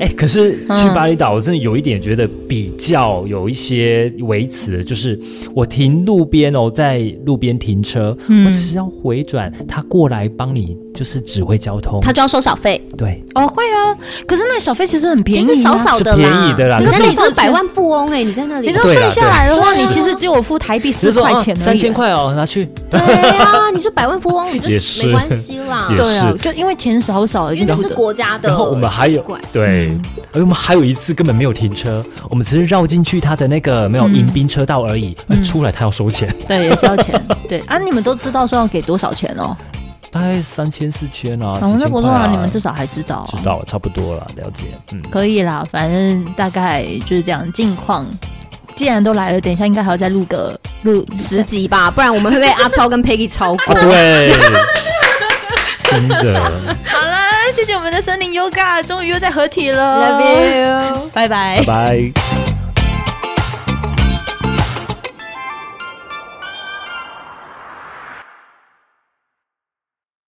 Speaker 3: 哎、可是去巴厘岛，我真的有一点觉得比较有一些维持，就是我停路边哦，在路边停车，我只是要回转，他过来帮你就是指挥交通，
Speaker 2: 他就要收小费，
Speaker 3: 对，
Speaker 1: 哦，会啊，可是那小费其实很便
Speaker 2: 其
Speaker 1: 宜、啊，
Speaker 2: 实少少的啦，
Speaker 3: 是便宜的啦
Speaker 2: 你在那
Speaker 1: 可
Speaker 2: 里
Speaker 1: 是
Speaker 2: 是百万富翁哎、你在那里
Speaker 1: 你知，道
Speaker 3: 对啦
Speaker 1: 算下来的话，
Speaker 2: 对啊
Speaker 1: 你其实只有付台币
Speaker 3: 只
Speaker 1: 四
Speaker 3: 是说
Speaker 1: 块
Speaker 3: 啊
Speaker 1: 钱而已啊
Speaker 3: 三千。块哦，拿去，
Speaker 2: 对啊，你说百万富翁，你就
Speaker 3: 也是
Speaker 2: 没关系啦，
Speaker 3: 也是
Speaker 1: 对啊，就因为钱少少，
Speaker 2: 因为那
Speaker 1: 就是
Speaker 2: 国家的
Speaker 3: 然后我们还有
Speaker 2: 习惯
Speaker 3: 对，而我们还有一次根本没有停车，我们只是绕进去他的那个没有迎宾车道而已，哎出来他要收钱，
Speaker 1: 对也是要钱。对啊，你们都知道说要给多少钱哦。
Speaker 3: 大概三千四千啊，
Speaker 1: 然后
Speaker 3: 四
Speaker 1: 那
Speaker 3: 千
Speaker 1: 国
Speaker 3: 块
Speaker 1: 中啊，
Speaker 3: 啊，
Speaker 1: 你们至少还知道、哦
Speaker 3: 知。道差不多了，了解，
Speaker 1: *laughs*
Speaker 3: 嗯，
Speaker 1: 可以啦，反正大概就是这样。近况，既然都来了，等一下应该还要再录个录
Speaker 2: 十集吧，不然我们会被阿超跟 Peggy 超过
Speaker 3: *laughs* 啊。对，真
Speaker 1: *laughs*
Speaker 3: 的，
Speaker 1: 好
Speaker 3: 啊
Speaker 1: 了，谢谢我们的森林 Yoga，终于又在合体了
Speaker 2: Love you。
Speaker 1: 拜拜
Speaker 3: 拜。拜。